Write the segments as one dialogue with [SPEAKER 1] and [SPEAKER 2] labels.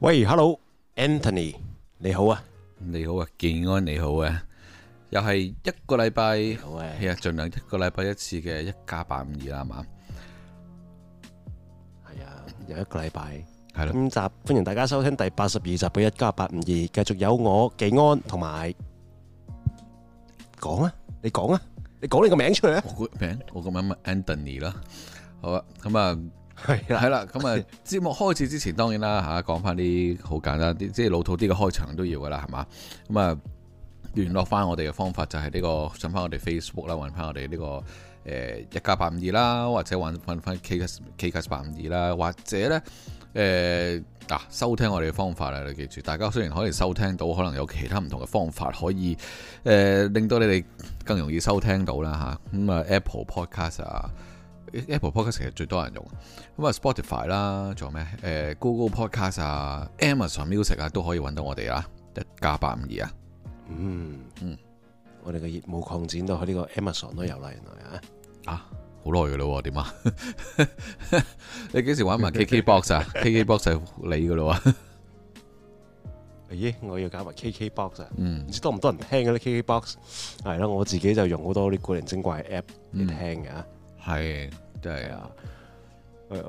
[SPEAKER 1] 喂，Hello，Anthony，你好啊，
[SPEAKER 2] 你好啊，健安你好啊，又係一個禮拜，
[SPEAKER 1] 好啊
[SPEAKER 2] 係啊，盡量一個禮拜一次嘅一加八五二啦，係嘛？
[SPEAKER 1] 系啊，又一個禮拜，
[SPEAKER 2] 係咯，
[SPEAKER 1] 今集歡迎大家收聽第八十二集嘅一加八五二，繼續有我技安同埋，講啊，你講啊，你講你個名出嚟啊，
[SPEAKER 2] 我個名我個名咪 Anthony 啦，好啊，咁啊。
[SPEAKER 1] 係
[SPEAKER 2] 係，啦，咁啊，節目開始之前當然啦嚇，講翻啲好簡單啲，即係老土啲嘅開場都要噶啦，係嘛？咁啊，聯絡翻我哋嘅方法就係呢、個上翻我哋 Facebook 啦，揾翻我哋呢、個誒一家八五二啦，或者揾揾翻 KCast KCast 八五二啦，或者呢。誒嗱、收聽我哋嘅方法啦，你記住，大家雖然可能收聽到，可能有其他唔同嘅方法可以誒、令到你哋更容易收聽到啦吓，咁啊 Apple Podcast 啊，Apple Podcast 其實最多人用，咁啊 Spotify 啦，仲有咩？誒、Google Podcast 啊，Amazon Music 啊，都可以揾到我哋啦，一加八五二啊，
[SPEAKER 1] 嗯
[SPEAKER 2] 嗯
[SPEAKER 1] 我哋嘅業務擴展到去呢個 Amazon 都有啦，原來啊，
[SPEAKER 2] 啊，好耐噶啦喎，點啊？ 你幾時 玩埋 KKBox 啊？KKBox 係你噶啦喎，
[SPEAKER 1] 咦，我要搞埋 KKBox 啊，
[SPEAKER 2] 嗯
[SPEAKER 1] 唔知多唔多人聽嘅咧 KKBox，係啦，我自己就用好多啲古靈精怪嘅 app 嚟聽嘅啊。
[SPEAKER 2] 嗯係真係
[SPEAKER 1] 係
[SPEAKER 2] 啊，
[SPEAKER 1] 啊，係啊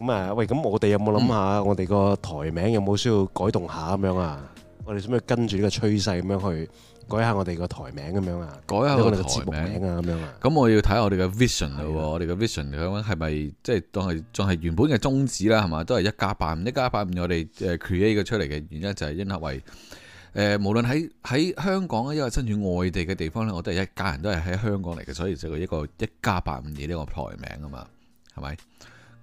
[SPEAKER 1] 咁啊，喂，咁我哋有冇諗下，我哋個台名有冇需要改動下咁樣啊？我哋使唔使跟住呢個趨勢咁樣去改下我哋個台名咁樣啊？
[SPEAKER 2] 改
[SPEAKER 1] 或者
[SPEAKER 2] 下個
[SPEAKER 1] 我哋個節目
[SPEAKER 2] 台名。
[SPEAKER 1] 名啊咁樣啊？
[SPEAKER 2] 咁我要睇下我哋嘅 vision 啦
[SPEAKER 1] 係
[SPEAKER 2] 喎，
[SPEAKER 1] 啦
[SPEAKER 2] 我哋嘅 vision 咁樣係咪即係當係仲係原本嘅宗旨啦，係嘛？都係一加八五，一加八五我哋誒 create 嘅出嚟嘅原因就係因為誒、呃、無論喺喺香港啊，因為身處外地嘅地方咧，我都係一家人都係喺香港嚟嘅，所以就有一個一加八五二呢個台名啊嘛，係咪？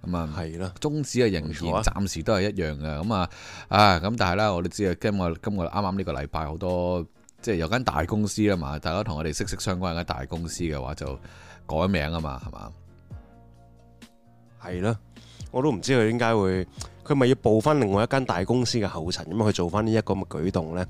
[SPEAKER 2] 咁啊。
[SPEAKER 1] 係啦，
[SPEAKER 2] 宗旨嘅仍然
[SPEAKER 1] 冇錯啊
[SPEAKER 2] 暫時都係一樣嘅，咁啊啊咁，但係啦，我哋知啊，今日今個啱啱呢個禮拜好多即係有間大公司啊嘛，大家同我哋息息相關嘅大公司嘅話就改名啊嘛，係嘛？
[SPEAKER 1] 係啦，我都唔知佢點解會，佢咪要步翻另外一間大公司嘅後塵，咁樣去做翻呢一個咁嘅舉動咧？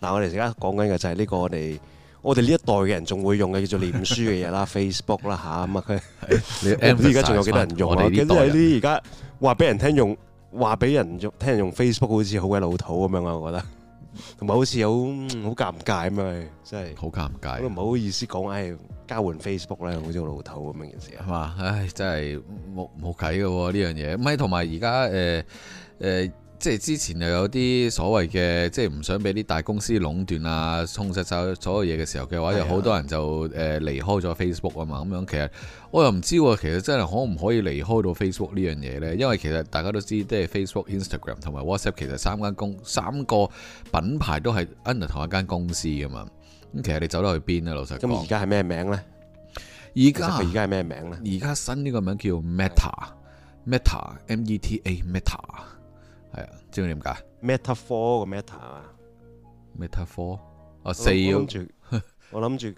[SPEAKER 1] 嗱，我哋而家講緊嘅就係呢個我哋。我哋呢一代嘅人仲會用嘅叫做臉書嘅嘢啦，Facebook 啦吓咁啊佢
[SPEAKER 2] 你
[SPEAKER 1] 我唔知而家仲有幾多人用
[SPEAKER 2] 我
[SPEAKER 1] 啊？
[SPEAKER 2] 哋
[SPEAKER 1] 記
[SPEAKER 2] 呢
[SPEAKER 1] 得
[SPEAKER 2] 代
[SPEAKER 1] 有
[SPEAKER 2] 人
[SPEAKER 1] 啲而家話俾人聽用，話俾人用，聽人用 Facebook 好似好鬼老土咁樣啊！我覺得， 同埋好似好嗯好尷尬咁啊！真係
[SPEAKER 2] 好尷
[SPEAKER 1] 我都
[SPEAKER 2] 尬，啊
[SPEAKER 1] 唔好意思講，唉，交換 Facebook 咧，好似好老土咁樣件事啊！
[SPEAKER 2] 係嘛？唉，真係冇冇計嘅喎呢樣嘢，唔係同埋而家誒誒。即係之前又有啲所謂嘅，即係唔想俾啲大公司壟斷啊、控制晒所有嘢嘅時候嘅話，
[SPEAKER 1] 係啊
[SPEAKER 2] 有好多人就誒、呃、離開咗 Facebook 啊嘛。咁樣其實我又唔知喎，其實真係可唔可以離開到 Facebook 呢樣嘢呢？因為其實大家都知，即係 Facebook、Instagram 同埋 WhatsApp 其實三間公三個品牌都係 under 同一間公司噶嘛。咁其實你走得去邊啊？老實
[SPEAKER 1] 咁而
[SPEAKER 2] 講，
[SPEAKER 1] 家係咩名咧？
[SPEAKER 2] 而
[SPEAKER 1] 其實
[SPEAKER 2] 家
[SPEAKER 1] 佢而家係咩名咧？
[SPEAKER 2] 而家新呢個名叫 Meta，Meta，M E T A Meta，係啊，知唔知點解
[SPEAKER 1] Meta Four 個 Meta 啊，
[SPEAKER 2] Meta Four 啊
[SPEAKER 1] 我
[SPEAKER 2] 四
[SPEAKER 1] 我
[SPEAKER 2] 要
[SPEAKER 1] 諗住，我諗住，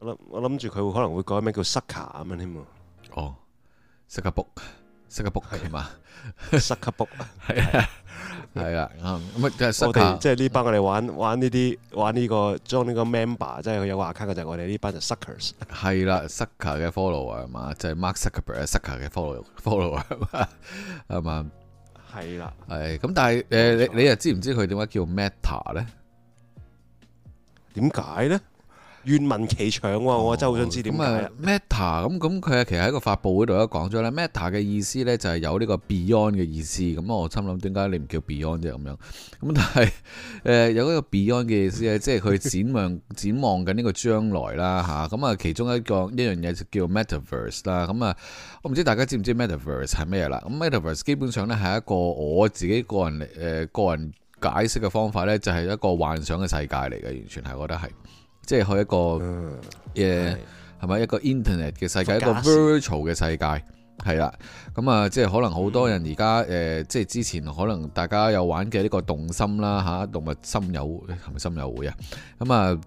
[SPEAKER 1] 我諗我諗住佢會可能會改名叫 Sucker 咁樣 添喎
[SPEAKER 2] 哦，識個 book，識個 book 係嘛？
[SPEAKER 1] ，Sucker Book。
[SPEAKER 2] 係啊，係啊，啱咁啊，即係識
[SPEAKER 1] 我哋
[SPEAKER 2] 下
[SPEAKER 1] 即係呢班我哋玩玩呢啲玩呢個裝呢個 member，即係佢有個 account 嘅就係我哋呢班就 suckers。
[SPEAKER 2] 係啦，Sucker 嘅 follower 係嘛？就係 Mark Zuckerberg Sucker 嘅 follow follower 係嘛係嘛？
[SPEAKER 1] 係啦，
[SPEAKER 2] 係咁，但係誒你你又知唔知佢點解叫 Meta 咧？
[SPEAKER 1] 點解咧？願聞其詳喎，我真係好想知點
[SPEAKER 2] 咁
[SPEAKER 1] 解
[SPEAKER 2] 啊
[SPEAKER 1] 啦。
[SPEAKER 2] Meta 咁咁佢其實喺個發佈會度都講咗咧，Meta 嘅意思咧就係有呢個 Beyond 嘅意思。咁我心諗點解你唔叫 Beyond 啫咁樣？咁但係誒、呃有一個 Beyond 嘅意思咧，即係 佢展望展望緊呢個將來啦吓，咁啊，其中一個一樣嘢就叫 Metaverse 啦。咁啊，我唔知大家知唔知 Metaverse 係咩啦？咁 Metaverse 基本上咧係一個我自己個人嚟誒、呃、個人解釋嘅方法咧，就係一個幻想嘅世界嚟嘅，完全係我覺得係。即係去一個
[SPEAKER 1] 嗯，
[SPEAKER 2] 誒係咪一個 internet 嘅世界，一個
[SPEAKER 1] 假事
[SPEAKER 2] virtual 嘅世界。係啦，咁啊，即係可能好多人而家誒，即係之前可能大家有玩嘅呢個動心啦嚇、動物心友係咪心友會啊？咁啊，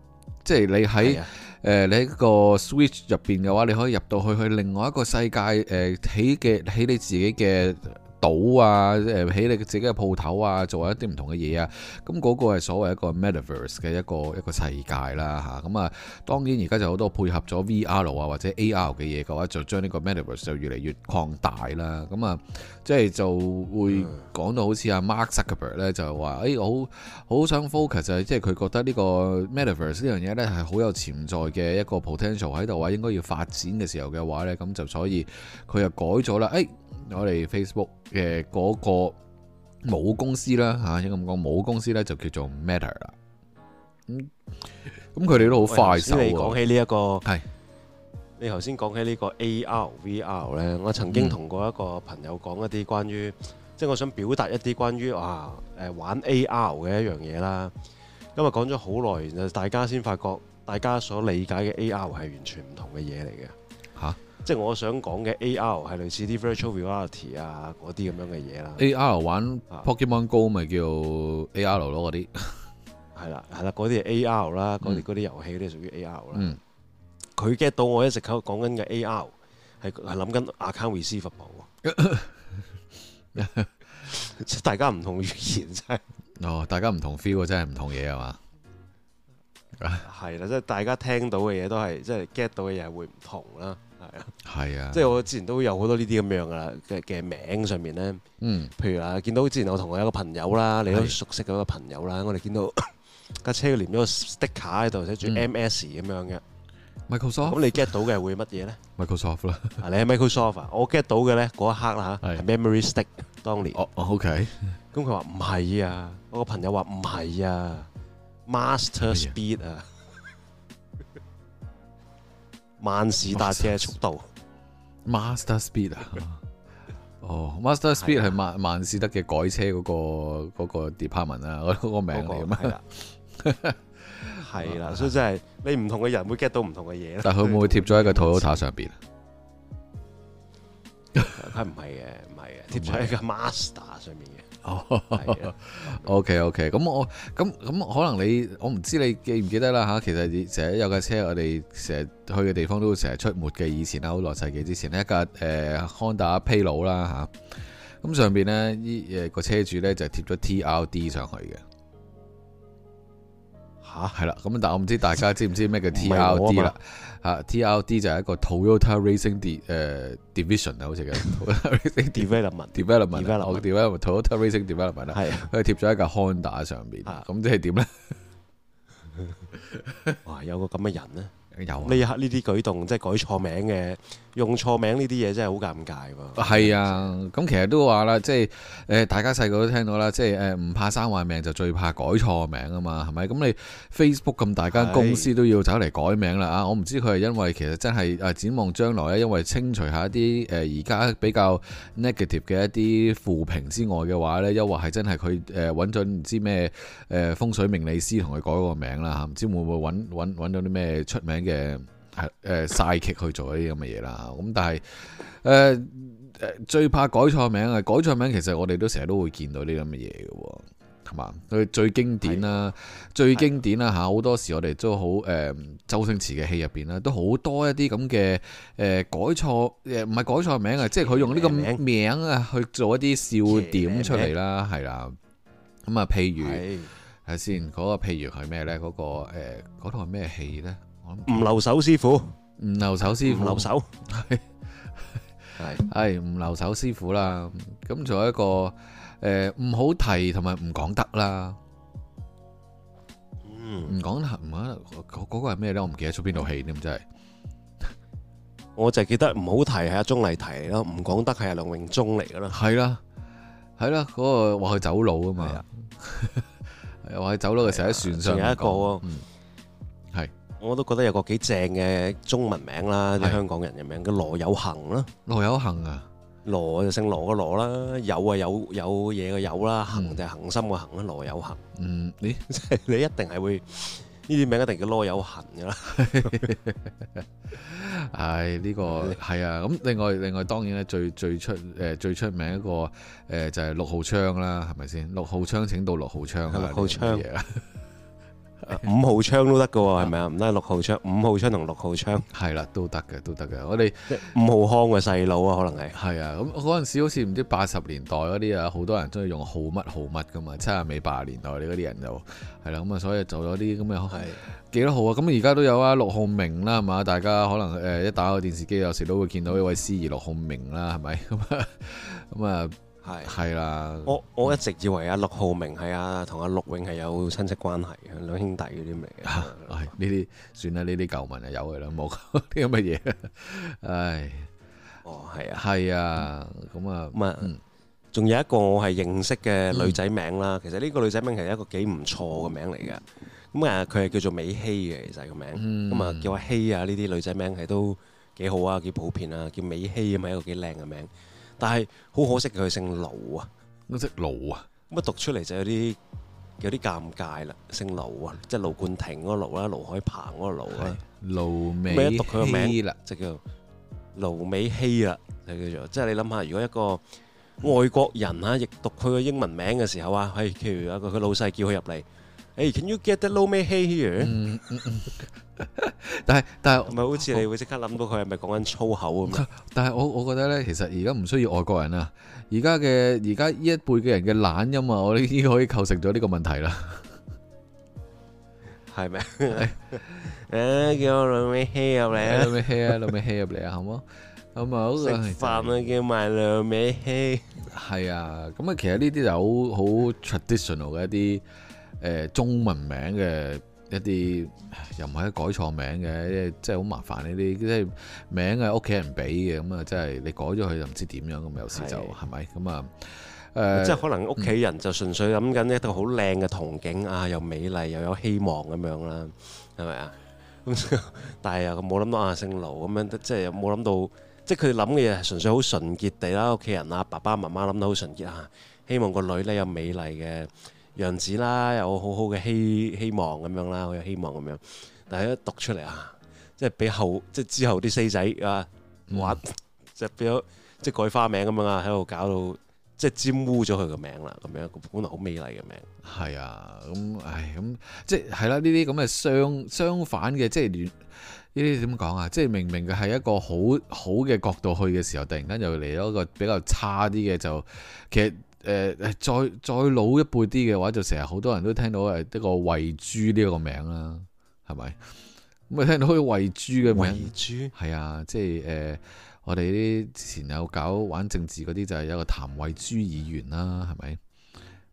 [SPEAKER 2] 即係你喺
[SPEAKER 1] 係啊
[SPEAKER 2] 誒、呃你喺個 Switch 入邊嘅話，你可以入到去去另外一個世界誒、起嘅起你自己嘅島啊，誒、起你自己嘅鋪頭啊，做一啲唔同嘅嘢啊。咁、嗰個係所謂一個 Metaverse 嘅一個一個世界啦嚇。咁啊，當然而家就好多配合咗 VR 啊或者 AR 嘅嘢嘅話，就將呢個 Metaverse 就越嚟越擴大啦。咁啊，即係就會
[SPEAKER 1] 嗯
[SPEAKER 2] 講到好似阿 Mark Zuckerberg 咧，就係話誒我好。好想 focus 就係即係佢覺得呢個 metaverse 呢樣嘢呢係好有潛在嘅一個 potential 喺度啊，應該要發展嘅時候嘅話呢，咁就所以佢又改咗啦。誒、哎我哋 Facebook 嘅嗰個母公司啦嚇，應該咁講，母公司呢就叫做 Meta 啦。咁咁佢哋都好快手
[SPEAKER 1] 喂頭先你講
[SPEAKER 2] 喎。
[SPEAKER 1] 起呢、一個
[SPEAKER 2] 係
[SPEAKER 1] 你頭先講起呢個 AR、VR 咧，我曾
[SPEAKER 2] 嗯
[SPEAKER 1] 經同過一個朋友講一啲關於，即係我想表達一啲關於啊誒玩 AR 嘅一樣嘢啦。因為講咗好耐，然後大家先發覺，大家所理解嘅 AR 係完全唔同嘅嘢嚟嘅。
[SPEAKER 2] 嚇
[SPEAKER 1] 即係我想講嘅 AR 係類似啲 virtual reality 啊嗰啲咁樣嘅嘢啦。
[SPEAKER 2] AR 玩
[SPEAKER 1] 啊
[SPEAKER 2] Pokemon Go 咪叫 AR 咯嗰啲，
[SPEAKER 1] 係啦，係啦，嗰啲係 AR 啦，嗰啲
[SPEAKER 2] 嗯
[SPEAKER 1] 嗰啲遊戲嗰啲係屬於 AR 啦。
[SPEAKER 2] 嗯
[SPEAKER 1] 佢 get 到我一直喺度講緊嘅 AR 係係諗緊 account receivable 喎即係大家唔同語言真係
[SPEAKER 2] 哦，大家唔同 feel 啊真係唔同嘢係嘛？
[SPEAKER 1] 係啦，即係大家聽到嘅嘢都係即係 get 到嘅嘢係會唔同啦，係啊，
[SPEAKER 2] 係啊，
[SPEAKER 1] 即係我之前都有好多呢啲咁樣噶啦嘅嘅名上面咧，
[SPEAKER 2] 嗯
[SPEAKER 1] 譬如啊，見到之前我同我有一個朋友啦，你都
[SPEAKER 2] 係
[SPEAKER 1] 熟悉嘅一個朋友啦，我哋見到 架車佢連咗個 sticker 喺度寫住
[SPEAKER 2] 嗯
[SPEAKER 1] MS 咁樣嘅，咁
[SPEAKER 2] Microsoft
[SPEAKER 1] 你 get 到嘅係會乜嘢咧？
[SPEAKER 2] Microsoft 啦。
[SPEAKER 1] 啊，你喺 Microsoft 啊，我 get 到嘅咧嗰一刻啦嚇，
[SPEAKER 2] 係
[SPEAKER 1] 係 memory stick 當年。
[SPEAKER 2] 哦哦，OK，
[SPEAKER 1] 咁佢話唔係啊，我個朋友話唔係啊，master
[SPEAKER 2] 係乜
[SPEAKER 1] speed 啊，萬事達嘅速度
[SPEAKER 2] Master Speed 啊，哦，Master Speed 係萬萬事得嘅改車嗰、個嗰、個 department 啊，嗰、個名
[SPEAKER 1] 嗰
[SPEAKER 2] 嚟
[SPEAKER 1] 個
[SPEAKER 2] 嘅咩？
[SPEAKER 1] 係啦，係啦，所以真係你唔同嘅人會 get 到唔同嘅嘢啦。
[SPEAKER 2] 但佢會唔會貼咗喺個 Toyota 上邊？啊
[SPEAKER 1] 佢唔係嘅，唔係嘅，貼咗喺個 master 上面嘅。係
[SPEAKER 2] 哦
[SPEAKER 1] 啊
[SPEAKER 2] ，OK OK，咁我咁咁可能你我唔知你記唔記得啦嚇，其實你成日有架車，我哋成日去嘅地方都成日出沒嘅。以前啊啦，好耐世紀之前呢，一架誒、Honda Pilot 啦嚇，咁上邊呢，依誒個車主呢就貼咗 TRD 上去嘅。
[SPEAKER 1] 嚇，
[SPEAKER 2] 係啦，咁但我唔知大家知唔知咩叫
[SPEAKER 1] 唔係我啊
[SPEAKER 2] TRD
[SPEAKER 1] 嘛
[SPEAKER 2] 啦？啊，TRD 就係一個 Toyota Racing D 誒 Division 啊，好似嘅 Toyota Racing D-
[SPEAKER 1] development
[SPEAKER 2] Development 啊
[SPEAKER 1] Development
[SPEAKER 2] 我 Development Toyota Racing Development 啦，
[SPEAKER 1] 係啊
[SPEAKER 2] 佢貼咗喺架 Honda 上邊，
[SPEAKER 1] 啊
[SPEAKER 2] 咁即係點 咧？
[SPEAKER 1] 哇，有個咁嘅人咧，
[SPEAKER 2] 有啊
[SPEAKER 1] 呢一刻呢啲舉動即係改錯名嘅，用錯名呢啲嘢真係好尷尬喎。
[SPEAKER 2] 係啊，咁其實都話啦，即係誒、呃大家細個都聽到啦，即係誒唔怕生壞命，就最怕改錯名啊嘛，係咪？咁你 Facebook 咁大間
[SPEAKER 1] 係
[SPEAKER 2] 公司都要走嚟改名啦啊！我唔知佢係因為其實真係誒展望將來咧，因為清除下一啲誒而家比較 negative 嘅一啲負評之外嘅話呢，又或係真係佢誒揾咗唔知咩誒、呃、風水命理師同佢改個名啦嚇，啊唔知會唔會揾揾揾到啲咩出名嘅係誒曬劇去做呢啲咁嘅嘢啦。啊咁但係誒。呃最怕改錯名啊！改錯名其實我哋都成日都會見到呢啲咁嘅嘢嘅喎，係嘛？佢最經典啦，最經典啦嚇，好多時我哋都好誒、周星馳嘅戲入邊啦，都好多一啲咁嘅誒呃改錯誒，唔、係改錯名啊，即係佢用呢個
[SPEAKER 1] 名
[SPEAKER 2] 名啊去做一啲笑點出
[SPEAKER 1] 邪
[SPEAKER 2] 嚟啦，係啦。咁啊，譬如睇
[SPEAKER 1] 係
[SPEAKER 2] 下先，嗰、個譬如係咩呢？嗰、個誒嗰套係咩戲呢？我諗
[SPEAKER 1] 唔留手師傅，
[SPEAKER 2] 吳留手師
[SPEAKER 1] 唔
[SPEAKER 2] 傅。
[SPEAKER 1] 留手，係
[SPEAKER 2] 係唔留手師傅啦，咁仲有一個誒唔、好提同埋唔講得啦，
[SPEAKER 1] 嗯。
[SPEAKER 2] 唔講得唔講得嗰嗰個係咩咧？我唔記得咗邊套戲添，真係
[SPEAKER 1] 我就係記得唔好提係阿鐘麗提嚟咯，唔講得係阿梁榮忠嚟噶啦。
[SPEAKER 2] 係啦係啦，嗰、個話佢走佬啊
[SPEAKER 1] 係
[SPEAKER 2] 嘛
[SPEAKER 1] 啊，
[SPEAKER 2] 係話佢走佬嘅時候喺船上
[SPEAKER 1] 仲有一個
[SPEAKER 2] 講
[SPEAKER 1] 喎
[SPEAKER 2] 嗯
[SPEAKER 1] 我都覺得有個幾正嘅中文名啦，
[SPEAKER 2] 係
[SPEAKER 1] 啲香港人嘅名叫羅有恒啦，
[SPEAKER 2] 羅有幸啊，
[SPEAKER 1] 羅就姓羅嘅羅啦，有啊有有嘢嘅有啦，
[SPEAKER 2] 嗯
[SPEAKER 1] 恒就係恒心嘅恒啦，羅有恒，
[SPEAKER 2] 嗯咦
[SPEAKER 1] 即係你一定係會呢啲名一定叫啰柚痕㗎 啦。
[SPEAKER 2] 唉，呢、個 係啊，咁另外另外當然咧，最最出誒、呃最出名一個誒、呃就係、六號窗啦，係咪先？六號窗請到六號窗啊，
[SPEAKER 1] 係六號窗
[SPEAKER 2] 呢樣嘢啊，
[SPEAKER 1] 五號窗都得㗎喎，係咪啊？唔得係六號窗，五號窗同六號窗，
[SPEAKER 2] 係啦，都得嘅，都得嘅。我哋
[SPEAKER 1] 五號康嘅細佬啊，可能係。
[SPEAKER 2] 係啊，咁嗰陣時好似唔知八十年代嗰啲啊，好多人中意用號乜號乜噶嘛，七啊尾八十年代嗰啲人就係啦，咁啊，所以做咗啲咁嘅
[SPEAKER 1] 係
[SPEAKER 2] 幾多號啊？咁而家都有啊，六號明啦，係嘛？大家可能誒、呃一打個電視機，有時都會見到一位司儀六號明啦，係咪？ 咁啊，咁啊，
[SPEAKER 1] 係。
[SPEAKER 2] 係啦，
[SPEAKER 1] 我我一直以為阿陸浩明係啊，同阿陸永係有親戚關係嘅，兩兄弟嗰啲嚟嘅。
[SPEAKER 2] 唉，呢啲算啦，呢啲舊聞就有嘅啦，冇啲咁嘅嘢。唉，
[SPEAKER 1] 哦，係啊。
[SPEAKER 2] 係啊，咁啊，
[SPEAKER 1] 咁啊
[SPEAKER 2] 嗯，
[SPEAKER 1] 仲有一個我係認識嘅女仔名啦。其實呢個女仔名係一個幾唔錯嘅名嚟嘅。咁啊，佢係叫做美希嘅，其實個名。
[SPEAKER 2] 嗯
[SPEAKER 1] 咁啊，叫阿希啊，呢啲女仔名係都幾好啊，幾普遍啊，叫美希咁係一個幾靚嘅名。但係好可惜，佢姓盧啊。
[SPEAKER 2] 嗰隻爐啊，
[SPEAKER 1] 咁啊讀出嚟就有啲有啲尷尬啦，姓盧啊，即係盧冠廷嗰個盧啦，盧海鵬嗰個盧啊啦，
[SPEAKER 2] 盧
[SPEAKER 1] 咩
[SPEAKER 2] 美
[SPEAKER 1] 讀佢個
[SPEAKER 2] 希
[SPEAKER 1] 名
[SPEAKER 2] 啦，
[SPEAKER 1] 即係叫盧美希啦，就叫做，即係你諗下，如果一個外國人啊，譯讀佢個英文名嘅時候啊，係譬如有個佢老細叫佢入嚟，誒，can you get the 盧美希 here？
[SPEAKER 2] 嗯嗯嗯但係但係
[SPEAKER 1] 係咪好似你會即刻諗到佢係咪講緊粗口咁樣？
[SPEAKER 2] 但係我我覺得呢，其實而家唔需要外國人啊，而家嘅而家呢一輩嘅人嘅懶音啊，我哋已經可以構成咗呢個問題啦。
[SPEAKER 1] 係咪？ 誒，叫盧美希入 嚟啊！
[SPEAKER 2] 老尾希啊，老尾希入嚟啊，好冇？咁啊，好
[SPEAKER 1] 食飯啊，叫埋盧美希。
[SPEAKER 2] 係啊，咁啊，其實呢啲就好好 traditional 嘅一啲誒、呃中文名嘅一啲，又唔係改錯名嘅，即係好麻煩呢啲，即係名係屋企人俾嘅，咁啊，即係你改咗佢就唔知點樣，咁有時就
[SPEAKER 1] 係
[SPEAKER 2] 係咪咁啊？誒，
[SPEAKER 1] 即係可能屋企人就純粹諗緊一個好靚嘅憧憬啊，又美麗又有希望咁樣啦，係咪啊？ 咁但係又冇諗到啊，姓盧咁樣，即係又冇諗到，啊即係佢哋諗嘅嘢係純粹好純潔地啦，屋企人啊，爸爸媽媽諗得好純潔啊，希望個女呢有美麗嘅樣子啦，有好好嘅希希望咁樣啦，好有希望咁樣。但係一讀出嚟啊，即係俾後即係之後啲四仔啊
[SPEAKER 2] 嗯
[SPEAKER 1] 玩，即係變咗即係改花名咁樣啊，喺度搞到。即係沾污咗佢個名啦，咁樣一個本來好美麗嘅名，
[SPEAKER 2] 係啊，咁唉，咁即係係啦，呢啲咁嘅相相反嘅，即係聯呢啲點講啊？即係明明佢係一個好好嘅角度去嘅時候，突然間又嚟咗一個比較差啲嘅，就其實誒、呃再再老一輩啲嘅話，就成日好多人都聽到誒一個慧珠呢個名啦，係咪？咁啊聽到慧珠嘅名。
[SPEAKER 1] 豬
[SPEAKER 2] 係啊，即係誒、呃我哋啲之前有搞玩政治嗰啲，就係有個譚慧珠議員啦，係咪？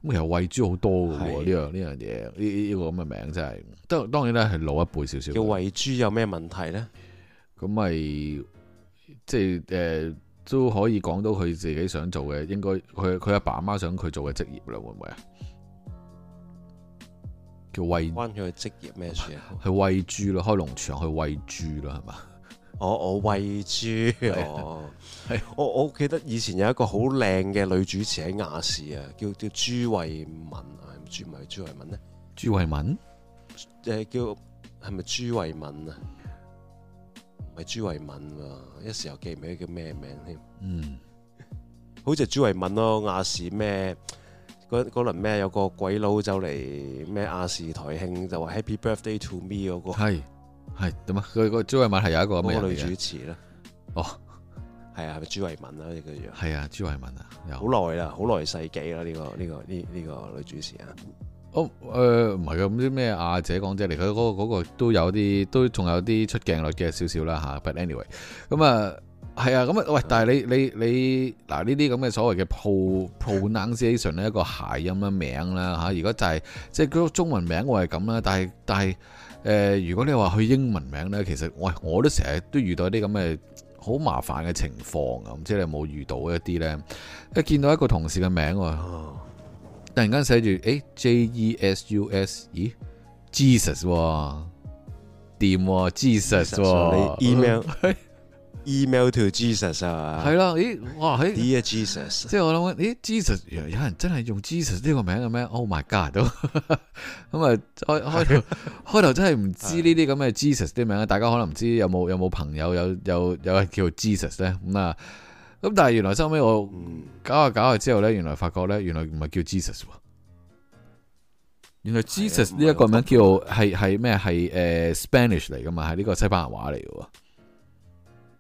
[SPEAKER 2] 咁其實慧珠好多嘅喎，呢樣呢樣嘢，呢呢呢個咁嘅名真係，當當然啦係老一輩少少
[SPEAKER 1] 叫
[SPEAKER 2] 嘅，
[SPEAKER 1] 慧珠有咩問題呢？
[SPEAKER 2] 咁咪即係誒、呃都可以講到佢自己想做嘅，應該佢佢阿爸阿媽想佢做嘅職業啦，會唔會啊？叫慧
[SPEAKER 1] 關佢嘅職業咩事 啊？
[SPEAKER 2] 去慧珠咯，開農場去慧珠啦，係嘛？
[SPEAKER 1] 我我慧哦珠，哦
[SPEAKER 2] 啊係啊
[SPEAKER 1] 我我記得以前有一個好靚嘅女主持喺亞視啊，叫叫朱慧敏啊，係咪朱唔係朱慧敏呢？
[SPEAKER 2] 朱慧敏
[SPEAKER 1] 誒叫係咪朱慧敏啊？唔係朱慧敏喎，一時又記唔起叫咩名添。
[SPEAKER 2] 嗯。
[SPEAKER 1] 好似係朱慧敏咯，亞視咩嗰嗰輪咩有個鬼佬走嚟咩亞視台慶就話 Happy Birthday to me 嗰、個
[SPEAKER 2] 係係點啊？佢個朱慧敏係有一個咁嘅
[SPEAKER 1] 嗰個
[SPEAKER 2] 人
[SPEAKER 1] 女
[SPEAKER 2] 嚟嘅
[SPEAKER 1] 主持啦，
[SPEAKER 2] 哦，
[SPEAKER 1] 係啊，係咪朱慧敏啊？呢個樣
[SPEAKER 2] 係啊，朱慧敏啊，有
[SPEAKER 1] 好耐啦，好耐世紀啦，呢、個呢、個呢呢、個女主持啊，
[SPEAKER 2] 哦誒唔係嘅，唔知咩阿姐港姐嚟，佢嗰個嗰個都有啲都仲有啲出鏡率嘅少少啦吓。But anyway，咁啊係啊，咁啊喂，但係你你你嗱呢啲咁嘅所謂嘅 pro pronunciation 咧，一個諧音啦名啦吓，如果就係即係嗰個中文名我係咁啦，但係但係。誒、如果你話去英文名呢，其實我我都成日都遇到一啲咁嘅好麻煩嘅情況啊！唔知你有冇遇到一啲呢？一見到一個同事嘅名喎，
[SPEAKER 1] 哦，
[SPEAKER 2] 突然間寫住誒 J E S U S，咦
[SPEAKER 1] E
[SPEAKER 2] Jesus 喎，掂喎 Jesus
[SPEAKER 1] 哦你
[SPEAKER 2] 喎
[SPEAKER 1] email email to Jesus 啊
[SPEAKER 2] 係啦，咦，哇，喺
[SPEAKER 1] ，Dear Jesus，
[SPEAKER 2] 即係我諗緊，咦，Jesus 原來有人真係用 Jesus 呢個名嘅咩？Oh my god！都 咁啊，開開 頭開頭真係唔知呢啲咁嘅 Jesus 啲名啊！大家可能唔知有冇有冇朋友有有有人叫做 Jesus 咧咁啊？咁但係原來收尾我
[SPEAKER 1] 嗯，
[SPEAKER 2] 搞下搞下之後呢，原來發覺呢，原來唔係叫 Jesus 喎。原來
[SPEAKER 1] 啊
[SPEAKER 2] Jesus 呢一個名叫係係咩？係誒 Spanish 嚟噶嘛？係呢個西班牙話嚟嘅喎。